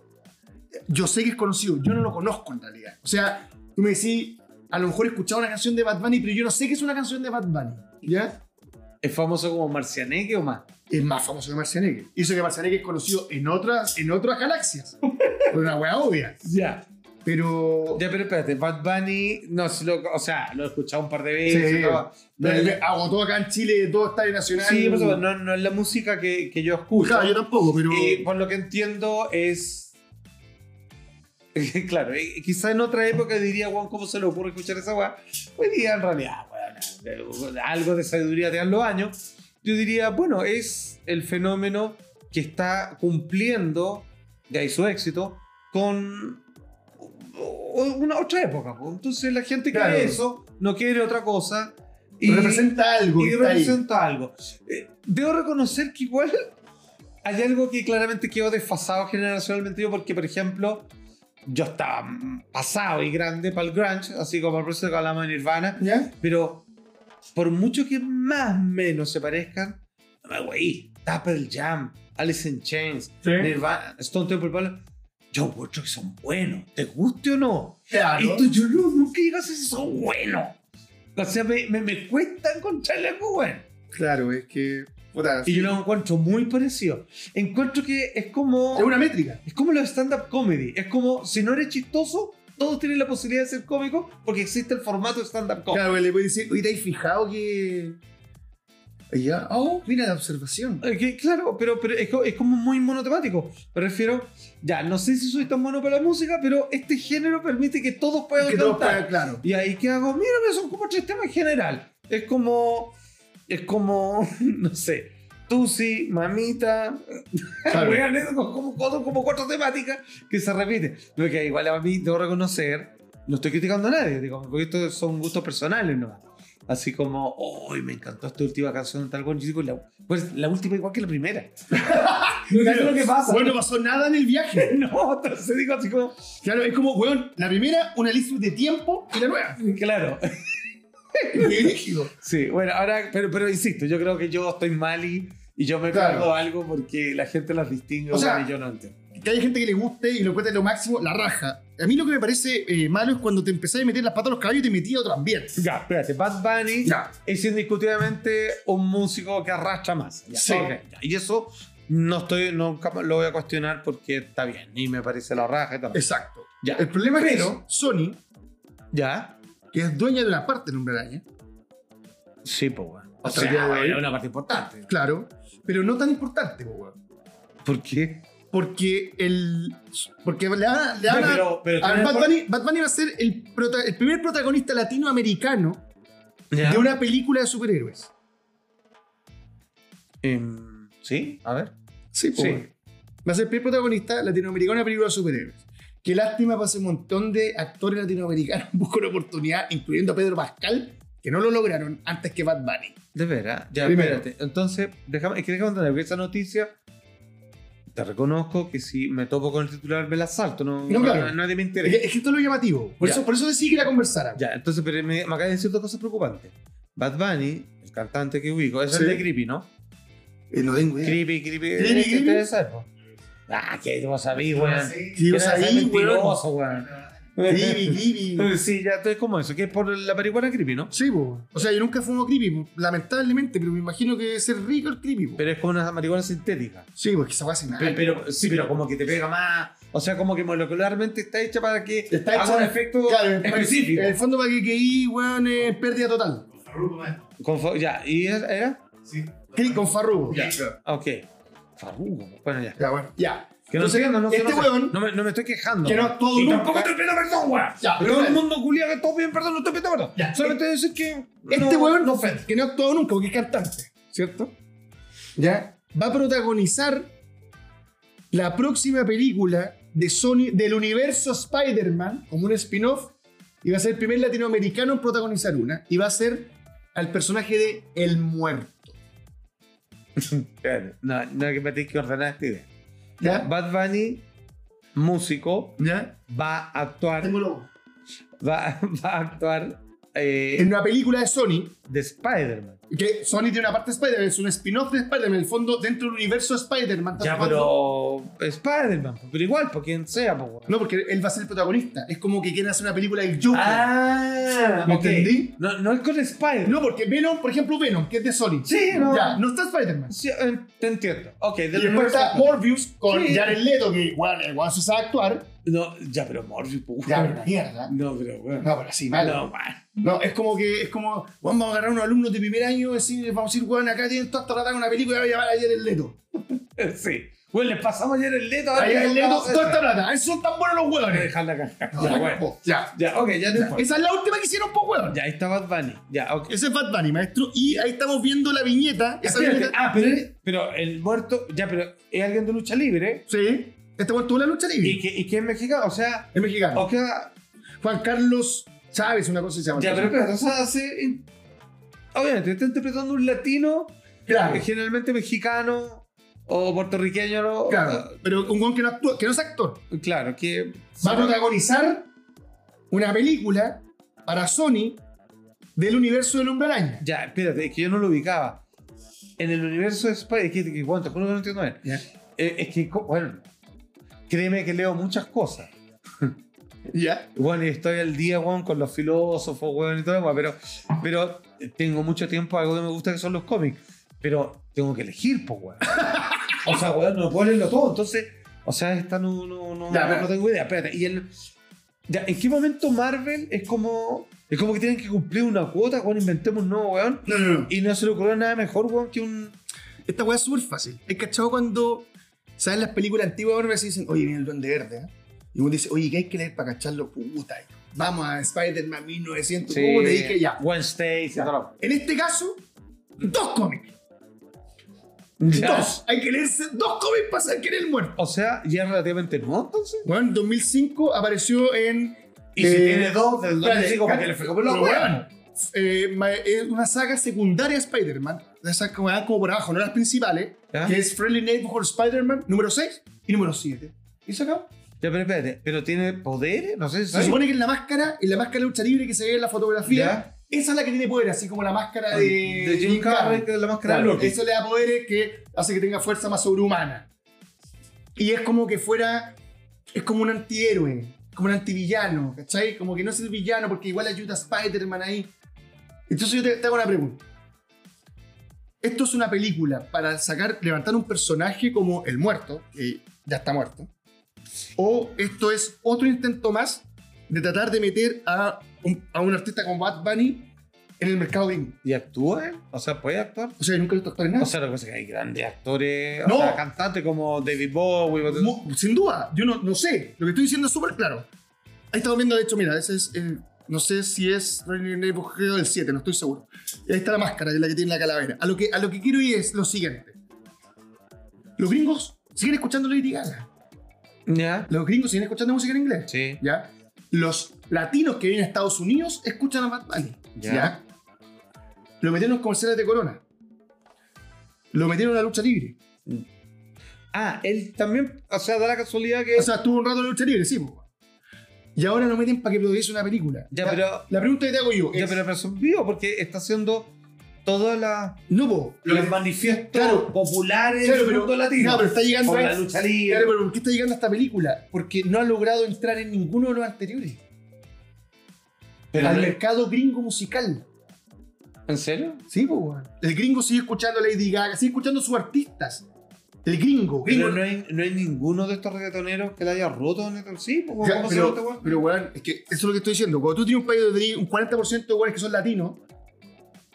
S1: Yo sé que es conocido, yo no lo conozco en realidad. O sea, tú me decís, a lo mejor he escuchado una canción de Bad Bunny, pero yo no sé que es una canción de Bad Bunny. ¿Ya?
S2: ¿Es famoso como Marcianeque o más?
S1: Es más famoso que Marcianeque. Y eso que Marcianeque es conocido en otras, en otras galaxias. Por una wea obvia.
S2: Ya.
S1: Pero.
S2: Ya, pero espérate, Bad Bunny, no, si lo, o sea, lo he escuchado un par de veces.
S1: Sí.
S2: estaba- no,
S1: pero
S2: es-
S1: agotó acá en Chile todo estadio nacional.
S2: sí, por eso, no, no es la música que, que yo escucho.
S1: Claro, yo tampoco, pero.
S2: Y por lo que entiendo es... claro, eh, quizá en otra época diría, Juan, ¿cómo se le ocurre escuchar esa weá? Hoy día, en realidad, weón, eh, algo de sabiduría te dan los años. Yo diría, bueno, es el fenómeno que está cumpliendo, de ahí su éxito, con o- una otra época. po. Entonces la gente quiere
S1: Claro.
S2: eso, no quiere otra cosa.
S1: pero representa algo. que
S2: Y
S1: está ahí.
S2: representa algo. Eh, debo reconocer que igual hay algo que claramente quedó desfasado generacionalmente yo, porque, por ejemplo, yo estaba mm, pasado y grande para el grunge, así como el proceso que hablamos de Nirvana,
S1: ¿Ya?
S2: pero por mucho que más o menos se parezcan, no me güey, Dapple Jam, Alice in Chains,
S1: ¿Eh?
S2: Nirvana, Stone Temple Pilots, yo encuentro que son buenos, te guste o no,
S1: Claro.
S2: esto yo no, nunca llegas a eso bueno. O sea, me, me, me cuesta encontrarle algo bueno.
S1: Claro, es que. puta,
S2: Y yo lo encuentro muy parecido. Encuentro que es como.
S1: Es una métrica.
S2: Es como los stand-up comedy. Es como si no eres chistoso, todos tienen la posibilidad de ser cómico porque existe el formato stand-up comedy.
S1: Claro, le voy a decir, oye, ¿te has fijado que.? Y Ya, oh, mira la observación.
S2: Eh, que, claro, pero, pero es, co- es como muy monotemático. Me refiero, ya, no sé si soy tan bueno para la música, pero este género permite que todos puedan
S1: Que todo
S2: cantar.
S1: está claro.
S2: Y ahí que hago, mira, pero son como tres temas en general. Es como, es como, no sé, Tusi, Mamita,
S1: Claro.
S2: weón, es como, como, como cuatro temáticas que se repiten. Lo que igual a mí debo reconocer, no estoy criticando a nadie, digo, porque estos son gustos personales nomás. Así como, hoy me encantó esta última canción de tal cual. Yo digo, la, pues, la última igual que la primera. no
S1: Claro.
S2: es lo que pasa.
S1: Bueno, no pasó nada en el viaje.
S2: no, entonces digo así como,
S1: Claro, es como, weón, la primera, una lista de tiempo y la nueva.
S2: claro,
S1: Muy rígido.
S2: Sí, bueno, ahora, pero, pero insisto, yo creo que yo estoy mal y, y yo me
S1: Claro.
S2: cargo algo porque la gente las distingue
S1: O sea,
S2: bueno, y yo no entiendo.
S1: Que hay gente que le guste y lo cuente lo máximo, la raja. A mí lo que me parece eh, malo es cuando te empezás a meter las patas a los caballos y te metí a otro ambiente.
S2: Ya, espérate, Bad Bunny
S1: Ya.
S2: es indiscutiblemente un músico que arrastra más.
S1: Sí.
S2: Y eso no estoy, nunca lo voy a cuestionar porque está bien y me parece la raja y tal.
S1: Exacto.
S2: Ya.
S1: El problema es
S2: Pero-
S1: que Sony,
S2: ¿Ya?
S1: que es dueña de una parte de Hombre Araña,
S2: Sí, pues bueno. O
S1: Hasta
S2: sea,
S1: el día de hoy.
S2: es una parte importante.
S1: claro, pero no tan importante, po, weón.
S2: ¿Por qué?
S1: Porque el. Porque le van a. le
S2: No,
S1: van a-
S2: pero- pero
S1: a ver,
S2: tener
S1: Bad,
S2: por-
S1: Bunny, Bad Bunny va a ser el, prota- el primer protagonista latinoamericano
S2: ¿Ya?
S1: de una película de superhéroes.
S2: Em, ¿Sí? A ver.
S1: Sí, pues,
S2: po, bueno.
S1: Va a ser el primer protagonista latinoamericano de una película de superhéroes. Qué lástima para ese montón de actores latinoamericanos buscan oportunidad, incluyendo a Pedro Pascal, que no lo lograron antes que Bad Bunny.
S2: De veras. Ya,
S1: Primero.
S2: espérate. Entonces, déjame, es que déjame entender, porque esa noticia te reconozco que si me topo con el titular me la salto, no,
S1: No, claro.
S2: na- nadie me
S1: Es que,
S2: interesa.
S1: es que esto es lo llamativo. Por
S2: Ya.
S1: eso, por eso decidí que la conversara.
S2: Ya, entonces, pero me, me acaba de decir dos cosas preocupantes. Bad Bunny, el cantante que ubico, es
S1: Sí.
S2: el de Creepy, ¿no?
S1: Eh, no tengo idea.
S2: Creepy, Creepy,
S1: Creepy,
S2: creepy,
S1: Creepy.
S2: creepy. Ah, que vos sabés, weón.
S1: Sí,
S2: Eres
S1: ahí,
S2: mentiroso, weón.
S1: Creepy, creepy.
S2: Sí, ya, entonces como eso, que es por la marihuana creepy, ¿no?
S1: Sí, po. O sea, yo nunca fumo creepy, po. lamentablemente, pero me imagino que debe ser rico el creepy, po.
S2: Pero es como una marihuana sintética.
S1: Sí, porque esa weá hace nada.
S2: Pero, pero- sí, pero como que te pega más. O sea, como que molecularmente está hecha para que
S1: Está
S2: haga
S1: hecha-
S2: un efecto
S1: Claro, en-
S2: específico.
S1: En el fondo, para que quede, weón, eh, pérdida total.
S2: Con fa- ya, ¿y era? era?
S1: Click con farrugo.
S2: Ya. Ah, Ok. Farrugo. Bueno, ya.
S1: Ya, bueno. Ya.
S2: Que no sé, no, no sé,
S1: este
S2: no sé.
S1: weón-
S2: No me, no me estoy quejando.
S1: Que no, todo
S2: y
S1: nunca-
S2: tampoco estoy pidiendo perdón, weón.
S1: Ya, pero
S2: Todo el
S1: bueno.
S2: mundo culia que todo bien perdón, no estoy pidiendo perdón.
S1: Ya.
S2: Solamente decir que.
S1: Este
S2: no-
S1: weón,
S2: No ofende.
S1: que no ha actuado nunca porque es cantante, ¿cierto? Ya. Va a protagonizar la próxima película de Sony, del universo Spider-Man, como un spin-off, y va a ser el primer latinoamericano en protagonizar una, y va a ser al personaje de El Muerto.
S2: Claro, No, no, que me tienes que ordenar esta idea.
S1: ¿Ya?
S2: Bad Bunny, músico,
S1: ¿Ya?
S2: va a actuar. Va, va a actuar. eh,
S1: En una película de Sony,
S2: de Spider-Man.
S1: que Sony tiene una parte de Spider-Man, es un spin-off de Spider-Man, en el fondo dentro del universo Spider-Man. está
S2: Ya,
S1: tomando-
S2: pero. Spider-Man, pues, pero igual, por quien sea, po, weón.
S1: No, porque él va a ser el protagonista. Es como que quieren hacer una película del Joker.
S2: Ah,
S1: ¿Me
S2: ok.
S1: entendí?
S2: No, no es con Spider-Man.
S1: No, porque Venom, por ejemplo, Venom, que es de Sony.
S2: Sí, no.
S1: Ya, no está Spider-Man.
S2: Sí, eh, te entiendo. Ok,
S1: Y
S2: de los
S1: después está
S2: personajes.
S1: Morbius con
S2: Sí.
S1: Jared Leto, que igual el guaso sabe actuar.
S2: No, ya, pero Morpheus, po,
S1: Ya,
S2: weón.
S1: pero una mierda.
S2: No, Ah, pero, weón.
S1: No, pero así, mal. No.
S2: No, man.
S1: es como que, es como, weón, vamos a agarrar unos alumnos de primer año y decir, vamos a decir, weón, acá tienen toda esta ratada con una película y voy a llamar a Jared Leto.
S2: Sí. Weón, les pasamos ayer el leto.
S1: A Jared Leto, toda esta plata. Ay, son tan buenos los weones.
S2: Dejarla acá.
S1: No,
S2: Ya,
S1: la
S2: bueno.
S1: cagó. ya.
S2: Ya, ok, ya no importa.
S1: Esa es la última que hicieron, po, weón.
S2: Ya, ahí está Bad Bunny. Ya, ok.
S1: Ese es Bad Bunny, maestro. Y ahí estamos viendo la viñeta. Esa
S2: Espérate,
S1: viñeta.
S2: ah, pero, pero el muerto, ya, pero es alguien de lucha libre
S1: Sí. Este weón tuvo la lucha libre.
S2: y Oh. que, y que es mexicano, o sea,
S1: Es mexicano.
S2: o sea,
S1: Juan Carlos Chávez, una cosa que se llama.
S2: ya, pero espérate, o sea, hace, in- obviamente está interpretando un latino, eh,
S1: Claro,
S2: generalmente mexicano o puertorriqueño, ¿no?
S1: claro. Pero un weón que no actúa, que no es actor.
S2: Ah, claro, que
S1: Va a protagonizar una película para Sony del universo del Hombre Araña.
S2: ya, espérate, es que yo no lo ubicaba. En el universo de Spider, es que, que bueno, te juro que no entiendo bien.
S1: Ya.
S2: Eh, es que, co- bueno, créeme que leo muchas cosas.
S1: ¿Ya?
S2: Bueno, y estoy al día, weón, con los filósofos, weón, y todo lo demás, pero, pero tengo mucho tiempo, algo que me gusta que son los cómics, pero tengo que elegir, pues, weón. o sea, weón, no puedo leerlo todo, entonces, o sea, esta no, no, no,
S1: Ya,
S2: no
S1: pero-
S2: tengo idea, espérate, y el, ya, ¿en qué momento Marvel es como, es como que tienen que cumplir una cuota, weón, inventemos un nuevo, weón,
S1: No, no, no.
S2: y no se le ocurrió nada mejor, weón, que un...
S1: Esta weá es súper fácil. Es cachado cuando, ¿sabes? Las películas antiguas ahora se dicen, oye, viene el Duende Verde, ¿eh? Y uno dice, oye, ¿qué hay que leer para cacharlo? Puta, vamos a Spider-Man 1900. Como te dije ya.
S2: Wednesday, y todo lo-
S1: En este caso, dos cómics.
S2: Ya.
S1: Dos. Hay que leerse dos cómics para saber quién es el muerto.
S2: O sea, ya relativamente no, entonces.
S1: Bueno, en 2005 apareció en.
S2: Y si
S1: eh,
S2: tiene dos, del
S1: espérate,
S2: 2005 para que le fue como los
S1: pero,
S2: huevos.
S1: weón, eh, ma- es una saga secundaria de Spider-Man. La saga que va como por abajo, no las principales.
S2: ¿Ya?
S1: Que es Friendly Neighborhood Spider-Man número 6 y número 7. ¿Y se acabó?
S2: Ya, pero espérate, ¿pero tiene poderes? No sé si
S1: Se supone que en la máscara, en la máscara de lucha libre que se ve en la fotografía,
S2: ¿Ya?
S1: esa es la que tiene poder, así como la máscara de,
S2: de Jim Carrey, que es la máscara de
S1: Claro,
S2: Loki.
S1: eso le da poderes que hace que tenga fuerza más sobrehumana. Y es como que fuera. Es como un antihéroe, como un antivillano, ¿cachai? Como que no es el villano porque igual ayuda a Spider-Man ahí. Entonces yo te, te hago una pregunta. Esto es una película para sacar, levantar un personaje como el muerto, que ya está muerto. O esto es otro intento más de tratar de meter a un, a un artista como Bad Bunny en el mercado gringo.
S2: ¿Y actúa él? O sea, ¿puede actuar?
S1: O sea, yo nunca he visto actuar en nada.
S2: O sea, lo que pasa es que hay grandes actores,
S1: No.
S2: o sea, cantantes como David Bowie. o-
S1: Mu- Sin duda, yo no, no sé. Lo que estoy diciendo es súper claro. Ahí estamos viendo, de hecho, mira, ese es. el- no sé si es Resident Evil Evangelion del 7, no estoy seguro. Y ahí está la máscara, que es la que tiene la calavera. A lo que, a lo que quiero ir es lo siguiente: los gringos siguen escuchando Lady Gaga.
S2: ¿Ya?
S1: Los gringos siguen escuchando música en inglés.
S2: Sí.
S1: ¿Ya? Los latinos que vienen a Estados Unidos escuchan a Bad Bunny.
S2: Ya.
S1: ¿Ya? Lo metieron en los comerciales de Corona. Lo metieron en la lucha libre.
S2: Ah, él también, o sea, da la casualidad que.
S1: O sea, estuvo un rato en lucha libre, sí, po. Y ahora lo meten para que produzca una película.
S2: Ya,
S1: La-
S2: pero-
S1: La pregunta que te hago yo es...
S2: ya, pero resolvió porque está haciendo todas las.
S1: No, po. Lo que-
S2: los manifiestos
S1: Claro.
S2: populares
S1: Claro,
S2: del
S1: pero-
S2: mundo latino.
S1: no, pero está llegando
S2: Por
S1: a-
S2: la lucha libre.
S1: Claro, pero ¿por qué está llegando a esta película? Porque no ha logrado entrar en ninguno de los anteriores.
S2: Pero
S1: al
S2: no-
S1: mercado gringo musical.
S2: ¿En serio?
S1: Sí, po, weón. El gringo sigue escuchando Lady Gaga, sigue escuchando sus artistas. El gringo, gringo.
S2: Pero no hay, no hay ninguno de estos reggaetoneros que la haya roto en el sí, ¿cómo,
S1: O sea,
S2: cómo se
S1: pero,
S2: llama este weón?
S1: pero, weón, es que eso es lo que estoy diciendo. Cuando tú tienes un país donde tenés un 40% de weones que son latinos,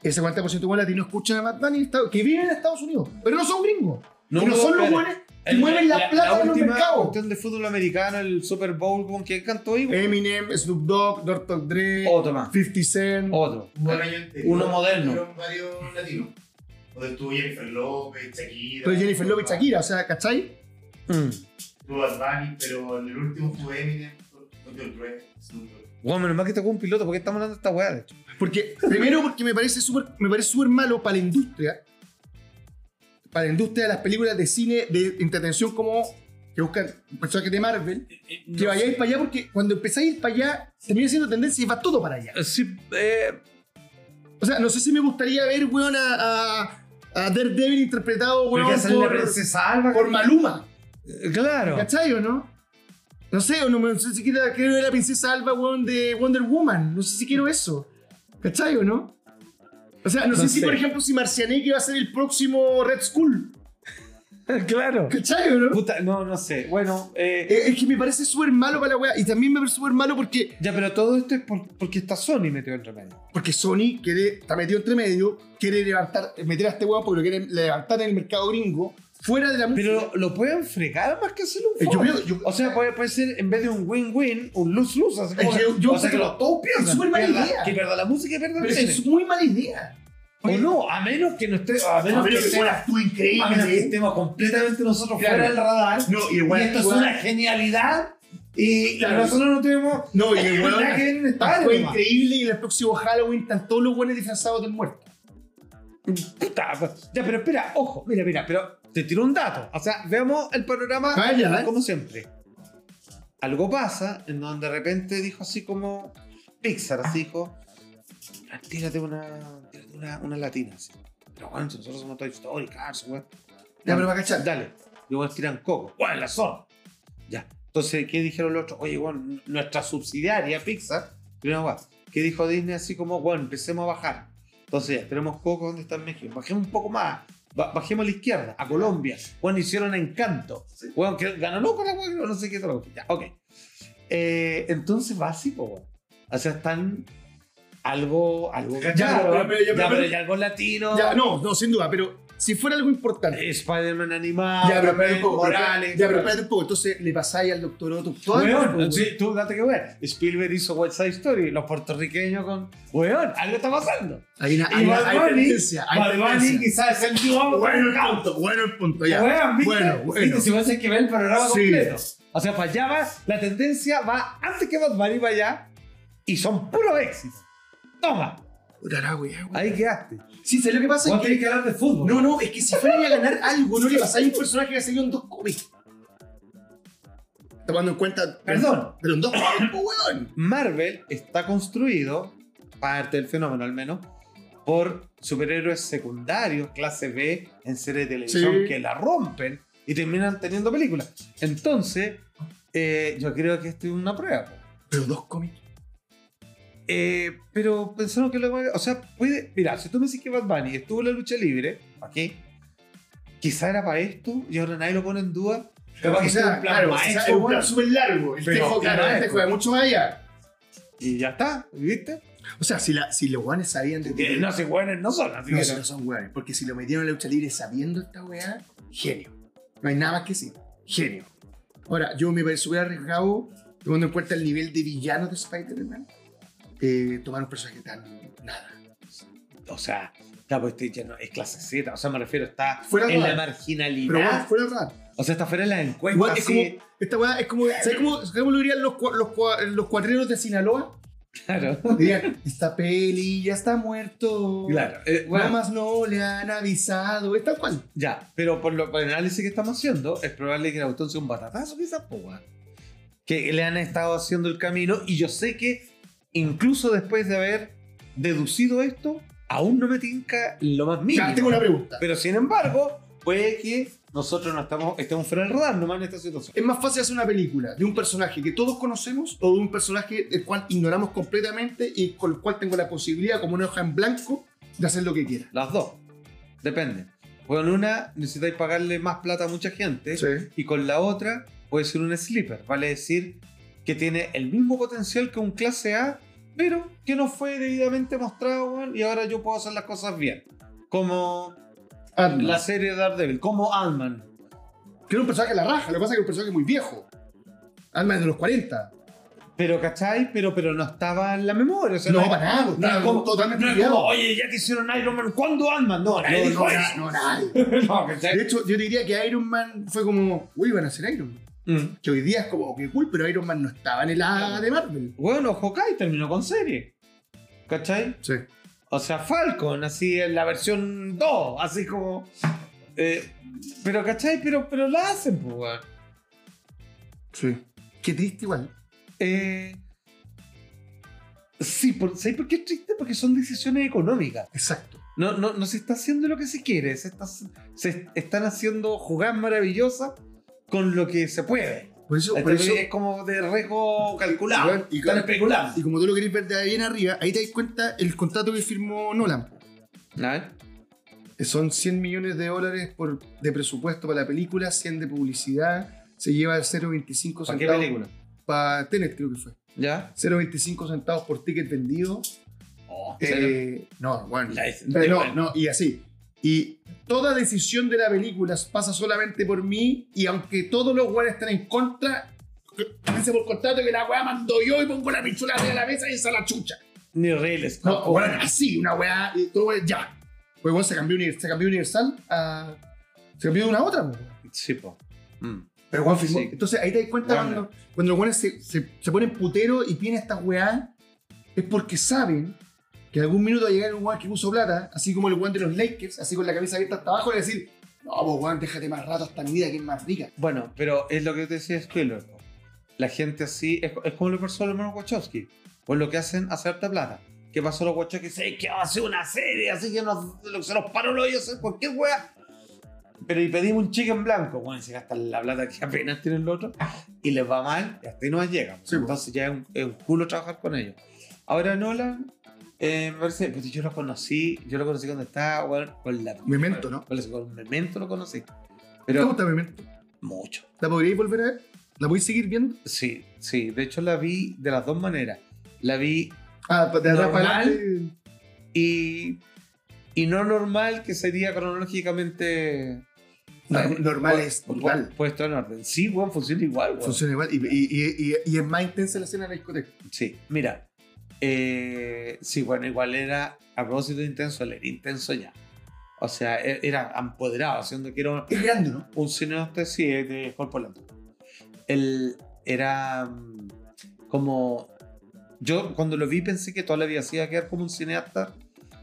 S1: ese 40% de weones latinos escuchan a Bad Bunny en Estados- que viven en Estados Unidos, pero no son gringos.
S2: No,
S1: y no
S2: no,
S1: son los
S2: espera.
S1: weones que mueven la, plata en los
S2: última
S1: mercados.
S2: cuestión de fútbol americano, el Super Bowl, ¿con quién cantó ahí? weón?
S1: Eminem, Snoop Dogg, Dr. Dre,
S2: Otro más.
S1: 50 Cent.
S2: Otro.
S3: Al año anterior,
S2: Uno moderno.
S3: Fueron varios latinos. Donde estuvo Jennifer López, Shakira.
S1: Pero Jennifer López, Shakira, o sea, ¿cachai?
S2: Mm.
S3: Estuvo Bad Bunny, pero en el último fue Eminem, Dr. Dre, Snoop Dogg.
S2: Weón, menos mal que tocó un piloto, porque estamos hablando de esta weá, de hecho.
S1: Porque, primero, porque me parece súper me parece súper malo para la industria, para la industria de las películas de cine de entretención como que buscan personajes de Marvel,
S2: Eh,
S1: que vayáis para allá porque cuando empezáis a ir para allá, termina siendo tendencia y va todo para allá.
S2: Sí, eh,
S1: O sea, no sé si me gustaría ver, weón, a, a, a Daredevil interpretado,
S2: porque
S1: weón,
S2: sale la
S1: por,
S2: princesa Alba.
S1: por Maluma.
S2: Eh, Claro.
S1: ¿Cachai o no? No sé, o no, me- no sé si quiero, quiero ver a la princesa Alba, weón, de Wonder Woman. No sé si quiero eso. ¿Cachai o no? O sea, no,
S2: No
S1: sé, si,
S2: sé.
S1: por ejemplo, si Marcianeque va a ser el próximo Red Skull.
S2: claro.
S1: ¿Cachai o no?
S2: Puta, no, no sé. Bueno, eh,
S1: Eh, Es que me parece súper malo para la weá. Y también me parece súper malo porque,
S2: ya, pero todo esto es por- porque está Sony metido entre medio.
S1: porque Sony quiere, está metido entre medio, quiere levantar, meter a este weón porque lo quiere levantar en el mercado gringo, fuera de la música.
S2: Pero lo pueden fregar más que hacer un
S1: Eh, yo
S2: favor.
S1: veo- yo-
S2: O sea, puede, puede ser en vez de un win-win, un lose-lose. así
S1: Eh,
S2: como-
S1: yo- yo
S2: o sea,
S1: creo-
S2: que los dos pierdan.
S1: es súper mala
S2: Pierda-
S1: idea.
S2: Que pierda la música y pierda el
S1: Pero
S2: cine.
S1: es muy mala idea.
S2: O no, a menos que no esté. A menos, que, esté-
S1: tú ¿eh?
S2: a menos que estemos completamente nosotros
S1: Claro.
S2: fuera del radar.
S1: No, y el
S2: y
S1: weón-
S2: esto es
S1: weón-
S2: una genialidad. Y
S1: Claro.
S2: nosotros no tenemos.
S1: No, y el weón
S2: nada que ver en esta área,
S1: fue
S2: nomás.
S1: increíble y en el próximo Halloween están todos los buenos disfrazados del muerto.
S2: Puta, pues, ya, pero espera, ojo, mira, mira, pero te tiro un dato. O sea, veamos el panorama
S1: Vaya, ¿eh?
S2: como siempre. Algo pasa en donde de repente dijo así como Pixar, así dijo, tírate una, tírate una, una latina. así. Pero bueno, si nosotros somos Toy Story, Cars, weón.
S1: Ya, pero va a cachar.
S2: Dale. Luego tiran coco. Bueno, la zona. Ya. Entonces, ¿qué dijeron los otros? Oye, bueno, nuestra subsidiaria Pixar. Primero, weón, ¿qué dijo Disney? Así como, bueno, empecemos a bajar. Entonces, ya, tenemos coco, ¿dónde está en México? Bajemos un poco más. Ba- bajemos a la izquierda, a Colombia. Bueno, hicieron encanto. Bueno, que ganó loco la weón, no sé qué otra cosa. Ya, ok. Eh, entonces, básico, weón. O sea, están algo. algo
S1: Ya,
S2: cachado,
S1: pero- pero-
S2: ya,
S1: pero-
S2: pero ya algo latino.
S1: Ya, no, no, sin duda, pero si fuera algo importante.
S2: Eh, ah, Spider-Man animado.
S1: ya, pero espérate
S2: también,
S1: un poco. pero-
S2: Morales.
S1: ya, pero espérate un poco. Entonces le pasáis al doctor Otto. toda la-
S2: Weón, sí, tú date que ver. Spielberg hizo West Side Story, los puertorriqueños con. Weón, algo está pasando.
S1: Hay una hay
S2: y
S1: una-
S2: Bad
S1: hay
S2: Bunny,
S1: tendencia, hay
S2: Bad Bunny
S1: tendencia.
S2: quizás es el nuevo.
S1: Bueno el punto, bueno el punto, Pues ya.
S2: Weón, ¿viste?
S1: Bueno, bueno.
S2: ¿Viste? Si vos hay que ver el panorama
S1: Sí.
S2: completo. O sea, para allá va, la tendencia va antes que Bad Bunny vaya y son puro éxito. Toma,
S1: Puta la wea, wea.
S2: ahí quedaste.
S1: Sí, ¿sabes lo que pasa?
S2: Vos
S1: Es que-
S2: tenés que hablar de fútbol.
S1: no, no, es que si fueran a ganar algo, no le pasáis un personaje que ha salido en dos cómics. Tomando en cuenta.
S2: Perdón.
S1: Pero en dos cómics, po, weón.
S2: Marvel está construido, parte del fenómeno al menos, por superhéroes secundarios, clase B, en series de televisión
S1: Sí.
S2: que la rompen y terminan teniendo películas. Entonces, eh, yo creo que esto es una prueba. po.
S1: Pero dos cómics.
S2: Eh, pero pensaron que lo O sea, puede. Mira, si tú me dices que Bad Bunny estuvo en la lucha libre, ¿ok? Quizá era para esto y ahora nadie lo pone en duda. Capaz que
S1: O sea,
S2: sea un plan
S1: claro,
S2: maestro,
S1: o sea, es un
S2: bueno.
S1: plan súper largo. El
S2: Pero,
S1: tejo, claro,
S2: claro,
S1: el tejo de mucho más allá.
S2: Y ya está, ¿viste?
S1: O sea, si, la, si los guanes sabían de
S2: Eh, No sé, bueno, no son. Así
S1: No,
S2: que
S1: si no son weones, porque si lo metieron en la lucha libre sabiendo esta weá, genio. No hay nada más que decir. Genio. Ahora, yo me parece súper arriesgado, tomando en cuenta el nivel de villano de Spider-Man, eh, tomar un personaje tan nada.
S2: o sea, está pues este ya no, es clase Z, o sea, me refiero, está
S1: Fuera
S2: en
S1: de-
S2: la
S1: Pero bueno,
S2: marginalidad.
S1: fuera raro.
S2: o sea, está fuera de las encuestas.
S1: Igual es
S2: así.
S1: como, esta weá es como, ¿sabes cómo, ¿sabes cómo lo dirían los, cua- los, cua- los cuadreros de Sinaloa?
S2: Claro.
S1: Dirían, esta peli ya está muerto.
S2: Claro. Eh, bueno,
S1: Nada más no le han avisado. Está cual.
S2: ya, pero por, lo, por el análisis que estamos haciendo, es probable que el autor sea un batatazo, quizás, po, weón. Que le han estado haciendo el camino, y yo sé que incluso después de haber deducido esto, aún no me tinca lo más mínimo.
S1: Ya, tengo una pregunta.
S2: Pero sin embargo, puede que nosotros no estamos, estemos fuera del radar nomás en esta situación.
S1: Es más fácil hacer una película de un personaje que todos conocemos o de un personaje el cual ignoramos completamente y con el cual tengo la posibilidad, como una hoja en blanco, de hacer lo que quiera.
S2: Las dos. Depende. Con una necesitáis pagarle más plata a mucha gente
S1: Sí.
S2: y con la otra puede ser un sleeper. Vale decir que tiene el mismo potencial que un clase A, pero que no fue debidamente mostrado weón, y ahora yo puedo hacer las cosas bien. Como
S1: Ant-Man.
S2: la serie de Daredevil, como Ant-Man.
S1: Que era un personaje a la raja. Lo que pasa es que era un personaje muy viejo. Alma es de los 40.
S2: Pero, ¿cachai? Pero, pero no estaba en la memoria. o sea,
S1: no,
S2: es-
S1: para nada.
S2: No
S1: Estaba
S2: es como,
S1: totalmente
S2: no es
S1: olvidado.
S2: como, oye, ya que hicieron Iron Man, ¿cuándo Ant-Man? No, nadie
S1: No,
S2: dijo
S1: no,
S2: eso.
S1: no, nadie.
S2: No, ¿cachai?
S1: De hecho, yo diría que Iron Man fue como, uy, van a ser Iron Man.
S2: Mm.
S1: Que hoy día es como, qué cool, pero Iron Man no estaba en el A de Marvel.
S2: Bueno, Hawkeye terminó con serie. ¿Cachai?
S1: Sí.
S2: O sea, Falcon, así en la versión 2, así como. eh, pero, ¿cachai? Pero, pero la hacen, pues, weón.
S1: Sí. Qué triste igual.
S2: Eh, sí, por, ¿sabes por qué es triste? Porque son decisiones económicas.
S1: Exacto.
S2: No, no, no se está haciendo lo que se quiere. Se, está- se están haciendo jugadas maravillosas con lo que se puede.
S1: Por eso, por
S2: Entonces,
S1: eso
S2: es como de riesgo calculado.
S1: Weón, y
S2: están
S1: claro.
S2: especulando.
S1: y como tú lo querés ver de ahí en arriba, ahí te das cuenta el contrato que firmó Nolan.
S2: A ver.
S1: Son 100 millones de dólares por, de presupuesto para la película, 100 de publicidad, se lleva 0.25
S2: ¿Para qué
S1: centavos
S2: película?
S1: para Tenet, creo que fue.
S2: ¿Ya?
S1: 0.25 centavos por ticket vendido.
S2: Eh,
S1: Eh, no, bueno.
S2: La-
S1: Eh, no, no, y así. Y toda decisión de la película pasa solamente por mí, y aunque todos los weones estén en contra, dice por contrato que la weá mando yo y pongo la pichula arriba de la mesa y esa la chucha.
S2: Ni Reyes.
S1: No, weón, así, una weá, y todo weón, ya. Pues weón, se cambió, uni- se cambió Universal a. Se cambió de una a otra, pues, weón.
S2: Sí, po. Mm.
S1: Pero Juan firmó.
S2: Sí.
S1: Entonces ahí te das cuenta
S2: Weón.
S1: cuando, cuando los weones se, se, se ponen puteros y tienen estas weá, es porque saben que en algún minuto va a llegar un weón que puso plata, así como el weón de los Lakers, así con la cabeza abierta hasta abajo, y va a decir, no, pues weón, déjate más rato hasta mi vida que es más rica.
S2: Bueno, pero es lo que te decía Spielberg. po. La gente así es, es como lo que pasó a los hermanos Wachowski. Pues lo que hacen hacer harta plata. ¿Qué pasó a los Wachowski? Sí, que va a hacer una serie, así que nos, lo- se nos paró los ellos, cualquier wea. Pero y pedimos un cheque en blanco, bueno, y se gastan la plata que apenas tienen los otros y les va mal, y hasta ahí no llegan.
S1: Sí, po.
S2: Entonces ya es un, es un culo trabajar con ellos. Ahora Nolan, eh, me parece, pues yo lo conocí, yo lo conocí cuando estaba, bueno, con la...
S1: Memento, ¿no?
S2: Con, con Memento lo conocí.
S1: ¿Te
S2: Pero
S1: gusta Memento?
S2: mucho.
S1: ¿La podríais volver a ver? ¿La podéis seguir viendo?
S2: Sí, sí. De hecho, la vi de las dos maneras. La vi
S1: Ah, de atrás para
S2: Normal.
S1: adelante.
S2: y, y no normal, que sería cronológicamente.
S1: Nor- normal es
S2: pu-
S1: igual.
S2: pu- Puesto en orden. Sí, weón, funciona igual, weón.
S1: Funciona igual. Y, y, y, y- y es más intensa la escena de la discoteca.
S2: Sí, mira. eh, sí, bueno, igual era a propósito de intenso, él era intenso ya. O sea, e- era empoderado, haciendo que era un-
S1: Es grande, ¿no?
S2: un cineasta, sí, de- de Jorge Polanco. Él era mm, como. Yo cuando lo vi pensé que toda la vida se iba a quedar como un cineasta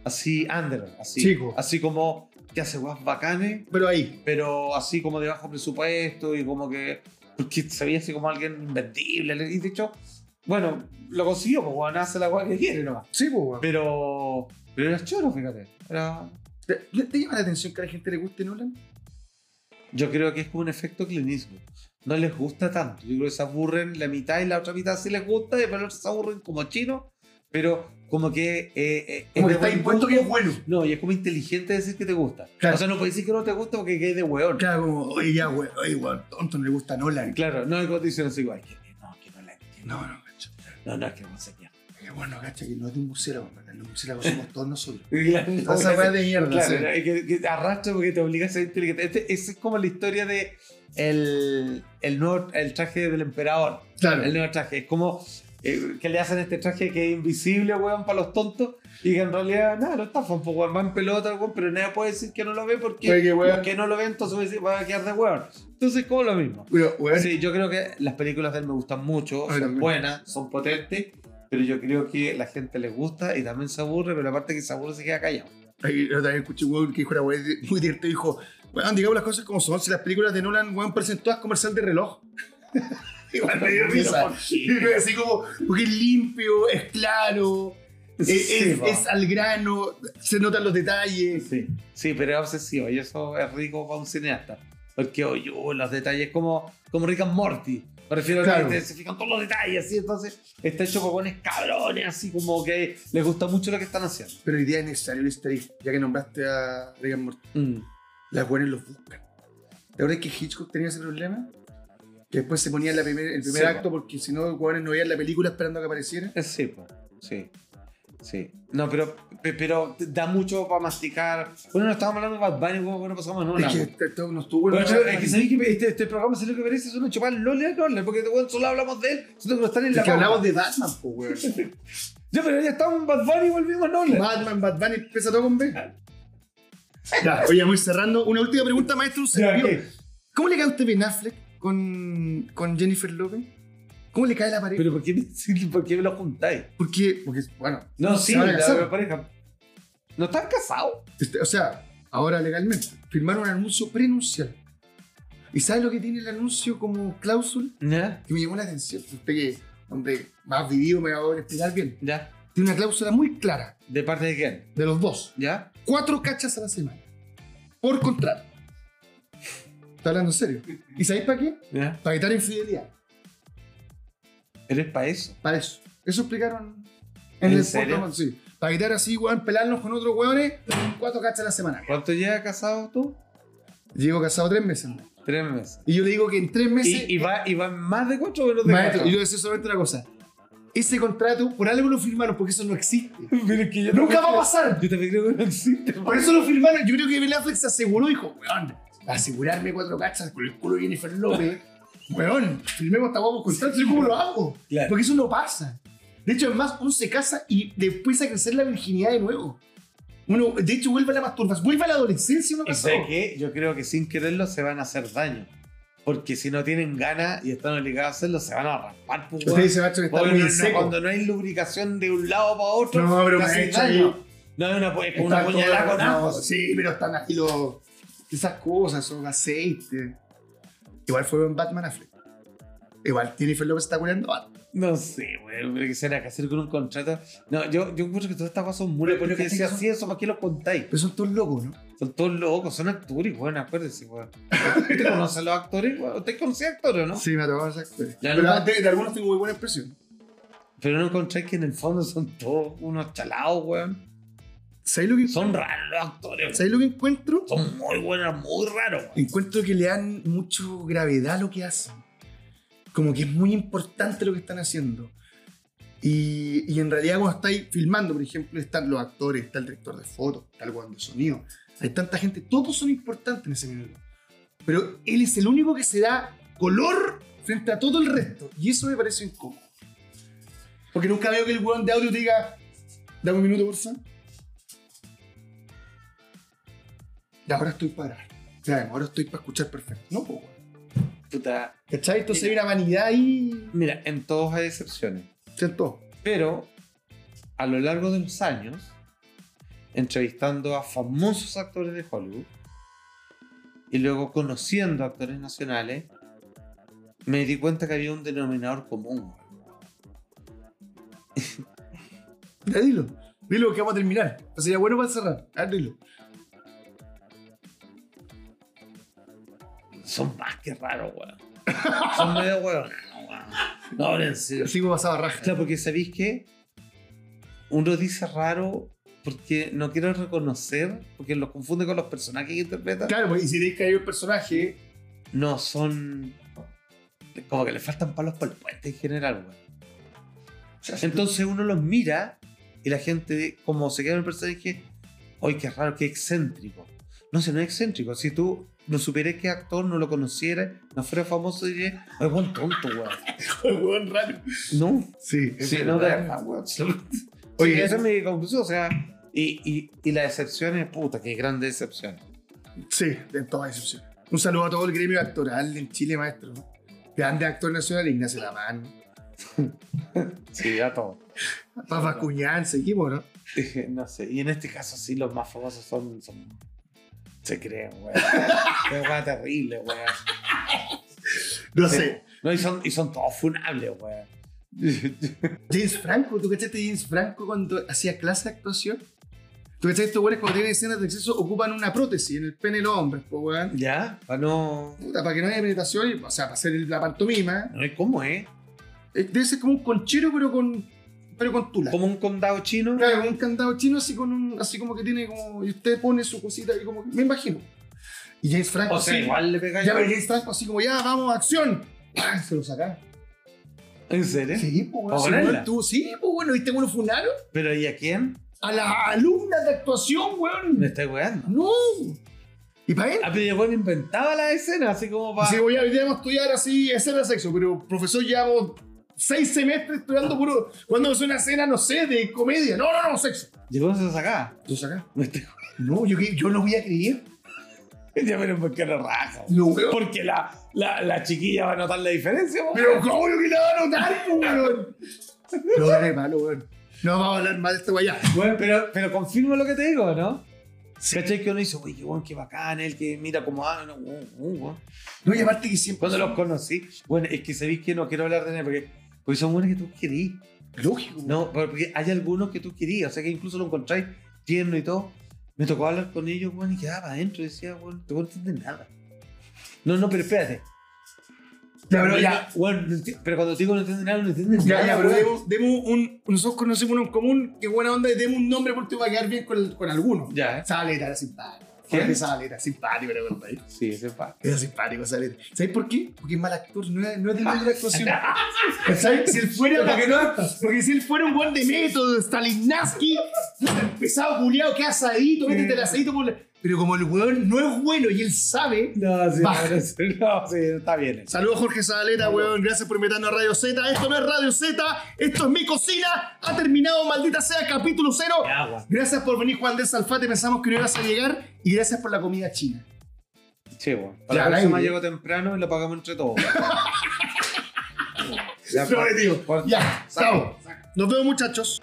S2: así under, así,
S1: Chico.
S2: así como que hace guas bacanes,
S1: Pero ahí.
S2: pero así como de bajo presupuesto y como que. Porque se veía así como alguien invendible. Y de hecho, bueno, lo consiguió, pues bueno, hace la guay que quiere nomás.
S1: Sí, pues, weón.
S2: Pero. Pero era choro, fíjate. Era.
S1: ¿Te, te llama la atención que a la gente le guste Nolan?
S2: Yo creo que es como un efecto clinismo. No les gusta tanto. Yo creo que se aburren la mitad y la otra mitad sí les gusta, y después los otros se aburren como chinos, pero como que. eh, eh,
S1: Como que
S2: es
S1: está
S2: de buen
S1: impuesto que
S2: gusto.
S1: es bueno.
S2: No, y es como inteligente decir que te gusta.
S1: Claro.
S2: O sea, no puedes decir que no te gusta porque quedes de hueón.
S1: Claro, como, oye, ya, güey, oye, weón, tonto, no le gusta Nolan.
S2: Claro, no hay condiciones igual. Que, no, que no la entiendo.
S1: No, no, cacho.
S2: No, no, es que no se pierde.
S1: Que bueno, cacho, que no es de un museo, hermano. Los murciélagos somos todos nosotros.
S2: Claro,
S1: Esa weá de mierda,
S2: Claro,
S1: sí.
S2: es que, que arrastra porque te obliga a ser inteligente. Este- Esa es como la historia de el, el nuevo el traje del emperador.
S1: Claro.
S2: El nuevo traje. Es como eh, que le hacen este traje que es invisible, weón, para los tontos. Y que en realidad, nada, lo estafan, pues, weón, va en pelota, weón, pero nadie puede decir que no lo ve porque
S1: Oye, que
S2: los
S1: weón.
S2: que no lo ven, entonces va a decir, va a quedar de weón. Entonces, como lo mismo.
S1: Pero, weón,
S2: Sí, yo creo que las películas de él me gustan mucho,
S1: A mí
S2: son
S1: también.
S2: buenas, son potentes, pero yo creo que la gente les gusta y también se aburre, pero la parte que se aburre se queda callado.
S1: Ahí, la otra vez escuché un weón que dijo una weá muy directa y dijo, weón, digamos las cosas como son, si las películas de Nolan, weón, parecen todas comercial de reloj. Igual me dio risa.
S3: Pero,
S1: Así como, porque es limpio, es claro, es, es-
S2: po.
S1: es al grano, se notan los detalles.
S2: Sí, sí, pero es obsesivo y eso es rico para un cineasta. Porque oye, oh, los detalles como, como Rick and Morty. Me refiero
S1: Claro.
S2: a que te- se fijan todos los detalles, ¿sí? Entonces está hecho por buenos cabrones, así como que les gusta mucho lo que están haciendo.
S1: Pero hoy día es necesario el easter egg, ya que nombraste a Rick and Morty. las buenas los buscan. ¿Te acuerdas que Hitchcock tenía ese problema? Que después se ponía la primer- el primer
S2: Sí,
S1: acto porque si no, los hueones no veían la película esperando a que apareciera.
S2: Eh, Sí, po, sí. Sí. No, pero, pe- pero da mucho para masticar. Bueno, no estábamos hablando de Bad Bunny, bueno, bueno, pasamos en una.
S1: es que
S2: po.
S1: t- t- nos tuvo
S2: Bueno,
S1: una-
S2: es que sabéis que este, este programa se lo que merece es uno chupar Lola y Lola, porque bueno, solo hablamos de él, solo que no están en
S1: Es
S2: la
S1: que
S2: pauta.
S1: hablamos de Batman, po, weón.
S2: Ya, pero ya estamos en Bad Bunny y volvimos a Nolan.
S1: Batman, Batman, empieza todo con B. Ya, oye, vamos a ir cerrando. Una última pregunta, maestro. un servidor. ¿Cómo le cae a usted Ben Affleck con, con Jennifer López? ¿Cómo le cae la pareja?
S2: Pero ¿por qué, ¿por qué me lo juntáis?
S1: Porque, porque, bueno,
S2: No, sí,
S1: Se van a
S2: la-
S1: casar.
S2: la pareja. ¿No están casados?
S1: Este, O sea, ahora legalmente, firmaron un anuncio prenuncial. ¿Y sabes lo que tiene el anuncio como cláusula?
S2: Ya,
S1: Que me llamó la atención. Usted que, hombre, más vivido me va a poder explicar bien.
S2: ya.
S1: Tiene una cláusula muy clara
S2: ¿De parte de quién?
S1: de los dos.
S2: ¿Ya?
S1: Cuatro cachas a la semana. Por contrato. Está hablando en serio. ¿Y sabéis para qué?
S2: ¿Ya?
S1: Para evitar infidelidad.
S2: ¿Eres para eso?
S1: Para eso. Eso explicaron
S2: ¿En
S1: en, el
S2: serio?
S1: podcast, Sí. Para evitar así, weón, pelarnos con otros weones, cuatro cachas a la semana.
S2: ¿Cuánto llevas casado tú?
S1: Llevo casado tres meses. ¿no?
S2: Tres meses.
S1: Y yo le digo que en tres meses.
S2: ¿Y, y, va, ¿Y van más de cuatro o menos de
S1: Maestro,
S2: cuatro?
S1: yo voy a decir solamente una cosa. Ese contrato, por algo lo firmaron, porque eso no existe.
S2: Pero es que yo
S1: Nunca
S2: también
S1: va a
S2: creo-
S1: pasar.
S2: Yo también creo que no existe.
S1: Por eso lo firmaron. Yo creo que Ben Affleck se aseguró, dijo, weón, asegurarme cuatro cachas con el culo de Jennifer López. Weón, firmemos esta guapo contrato, ¿y cómo lo hago?
S2: Claro.
S1: Porque eso no pasa. De hecho, además, uno se casa y después a crecer la virginidad de nuevo. Uno, de hecho, vuelve a la masturbación, vuelve a la adolescencia uno
S2: ¿Y
S1: casado.
S2: sé que Yo creo que sin quererlo se van a hacer daño. Porque si no tienen ganas y están obligados a hacerlo, se van a raspar, pues,
S1: Usted
S2: weón.
S1: dice, maestro, que está
S2: Oye,
S1: muy
S2: no, no,
S1: seco.
S2: cuando no hay lubricación de un lado para otro,
S1: No, pero
S2: te
S1: me
S2: haces
S1: ha hecho
S2: daño.
S1: ahí.
S2: No, es una, pu- es como
S1: Está
S2: una puñalada
S1: todo-
S2: con
S1: no,
S2: ajo.
S1: Sí, pero están aquí los, esas cosas, son aceite. Igual fue en Batman Affleck. Igual Jennifer López está ah, cuidando a Batman.
S2: No sé, güey, pero que se van a hacer con un contrato. No, yo, yo encuentro que todas estas cosas son muy
S1: pero
S2: porque
S1: ¿cachai
S2: si
S1: que son-
S2: así eso, ¿para qué lo contáis?
S1: Pero son todos locos, ¿no?
S2: Son todos locos, son actores, weón, acuérdense, weón. ¿Ustedes conocen los actores, weón? ¿Ustedes conocen actores o no?
S1: Sí, me ha tocado esas actores.
S2: Ya,
S1: Pero
S2: no-
S1: de, de algunos tengo muy buena impresión.
S2: Pero no encontráis que en el fondo son todos unos chalados, weón.
S1: ¿Sabes lo que,
S2: Son raros los actores, weón.
S1: ¿sabes lo que encuentro?
S2: Son muy buenos, muy raros, weón.
S1: Encuentro que le dan mucho gravedad a lo que hacen. Como que es muy importante lo que están haciendo. Y, y en realidad cuando estáis filmando, por ejemplo, están los actores, está el director de fotos, está el guante de sonido. Hay tanta gente, todos son importantes en ese minuto. Pero él es el único que se da color frente a todo el resto. Y eso me parece incómodo. Porque nunca veo que el weón de audio te diga, dame un minuto, por favor. Y ahora estoy para grabar. Claro, ahora estoy para escuchar perfecto. No, po, weón.
S2: Puta.
S1: ¿Cachai? Entonces hay una vanidad ahí.
S2: Mira, en todos hay excepciones.
S1: ¿Cierto?
S2: Pero a lo largo de los años, entrevistando a famosos actores de Hollywood y luego conociendo actores nacionales, me di cuenta que había un denominador común.
S1: Ya dilo. Dilo que vamos a terminar. Sería bueno para cerrar. Ah, dilo.
S2: Son más que raros, weón. Son medio weón. No, ahora en serio.
S1: Así como pasaba raja.
S2: Claro, porque sabéis que uno dice raro porque no quiero reconocer, porque lo confunde con los personajes que interpreta.
S1: Claro, pues, y si tenéis que hay un personaje.
S2: no son. Como que le faltan palos por el puente en general, güey. Entonces uno los mira y la gente, como se queda en el personaje, ¡ay, qué raro, qué excéntrico! No sé, no es excéntrico. Si tú no supieras que actor, no lo conocieras, no fuera famoso, dirías, ¡ay, buen tonto, güey!
S1: El weón raro.
S2: No,
S1: Sí, es
S2: sí, no, de
S1: verdad.
S2: verdad, güey.
S1: Oye,
S2: Oye, esa es mi conclusión, o sea, y, y, y las excepciones, puta, qué grandes excepciones.
S1: Sí, de todas excepciones. Un saludo a todo el gremio actoral en Chile, maestro. Grandes actores nacionales, Ignacio Lamán,
S2: Sí, a todo.
S1: Para vacuñar, seguimos, ¿no?
S2: Dije, no sé. Y en este caso sí, los más famosos son. son- se creen, weón. Qué weón terrible, weón.
S1: No
S2: Sí.
S1: sé.
S2: No, y son, y son todos funables, weón.
S1: James Franco, ¿tú cachaste James Franco cuando hacía clase de actuación? ¿Tú cachaste estos güeyes cuando tienen escenas de exceso ocupan una prótesis en el pene de los hombres, po, weón?
S2: ¿Ya? Para no.
S1: Puta, para que no haya penetración, y, o sea, para hacer la pantomima.
S2: No es como, ¿eh?
S1: Eh, Debe ser como un conchero, pero con, pero con tula.
S2: Como un condado chino.
S1: Claro, con un candado chino así, con un, así como que tiene como... Y usted pone su cosita y como que... Me imagino. Y James Franco
S2: O sea,
S1: así,
S2: igual le pegáis.
S1: Ya, pero James Franco así como, ya, vamos, acción. ¡Pam! Se lo saca.
S2: ¿En serio?
S1: Sí, pues,
S2: ¿Eh? ¿Para
S1: bueno.
S2: ponerla?
S1: sí, pues, bueno. ¿Viste cómo lo funaron?
S2: ¿Pero y a quién?
S1: a las alumnas de actuación,
S2: Me
S1: weón.
S2: estáis weando.
S1: No. Y para él.
S2: Ah, pero el weón inventaba la escena, así como para.
S1: Sí, voy a, hoy día vamos a estudiar así escena de sexo, pero profesor llevamos seis semestres estudiando puro. Cuando es una escena, no sé, de comedia. No, no, no, sexo.
S2: Llegó se sacaba.
S1: ¿Tú sacás?
S2: Me estáis
S1: No, yo, yo no voy a creer.
S2: weando. Ya, pero ¿por qué no raja?
S1: No, weón.
S2: Porque la, la, la chiquilla va a notar la diferencia, weón.
S1: Pero ¿cómo yo que la va a notar, po, weón? No, dale malo, weón. No vamos a hablar más de esto, weón. ya.
S2: Bueno, pero, pero confirmo lo que te digo, ¿no? ¿Cachai? Que uno dice, uy, qué bueno, qué bacán, él que mira como, ah, no, uh, uh, weón".
S1: No, y aparte que siempre.
S2: Cuando los conocí, bueno, es que sabéis que no quiero hablar de él porque, porque son buenos que tú querís,
S1: Lógico. weón.
S2: ¿no? Pero Porque hay algunos que tú querís, o sea que incluso lo encontráis tierno y todo. Me tocó hablar con ellos, bueno, y quedaba para adentro y decía, bueno, tú no entiendes nada. No, no, pero espérate.
S1: Ya,
S2: Pero,
S1: pero
S2: ya, bueno, no enti- pero cuando te digo no entiendes nada, no entiendes
S1: Ya,
S2: nada.
S1: ya, pero
S2: weón.
S1: demos, demos un. Nosotros conocemos uno en común, qué buena onda, y demos un nombre porque va a quedar bien con, el- con alguno.
S2: Ya, ¿eh?
S1: Zabaleta era simpático.
S2: ¿Quién?
S1: Jorge Zabaleta, simpático, era verdad.
S2: Sí, ese es pa-
S1: Era simpático, Zabaleta. ¿Sabes por qué? Porque es mal actor, no es, no es del mundo de la actuación. ¿Sabes? Ah, Si él fuera. Porque, si él fuera un buen de método, Stalinaski, pesado, culiado, que asadito, métete el asadito por la- Pero como el weón no es bueno y él sabe.
S2: No, sí,
S1: Baja.
S2: no, sí, no, sí, está bien. eso.
S1: Saludos Jorge Zabaleta, weón. Gracias por invitarnos a Radio Z. Esto no es Radio Z, esto es mi cocina. Ha terminado, maldita sea, capítulo cero.
S2: Ya, weón.
S1: Gracias por venir, Juan de Salfate. Pensamos que no ibas a llegar. Y gracias por la comida china.
S2: Sí, bueno.
S1: Ya,
S2: Para
S1: al
S2: la próxima
S1: aire.
S2: llego temprano y lo pagamos entre todos. Ya,
S1: Prometido.
S2: por-
S1: Ya,
S2: saco,
S1: chao. Nos vemos, muchachos.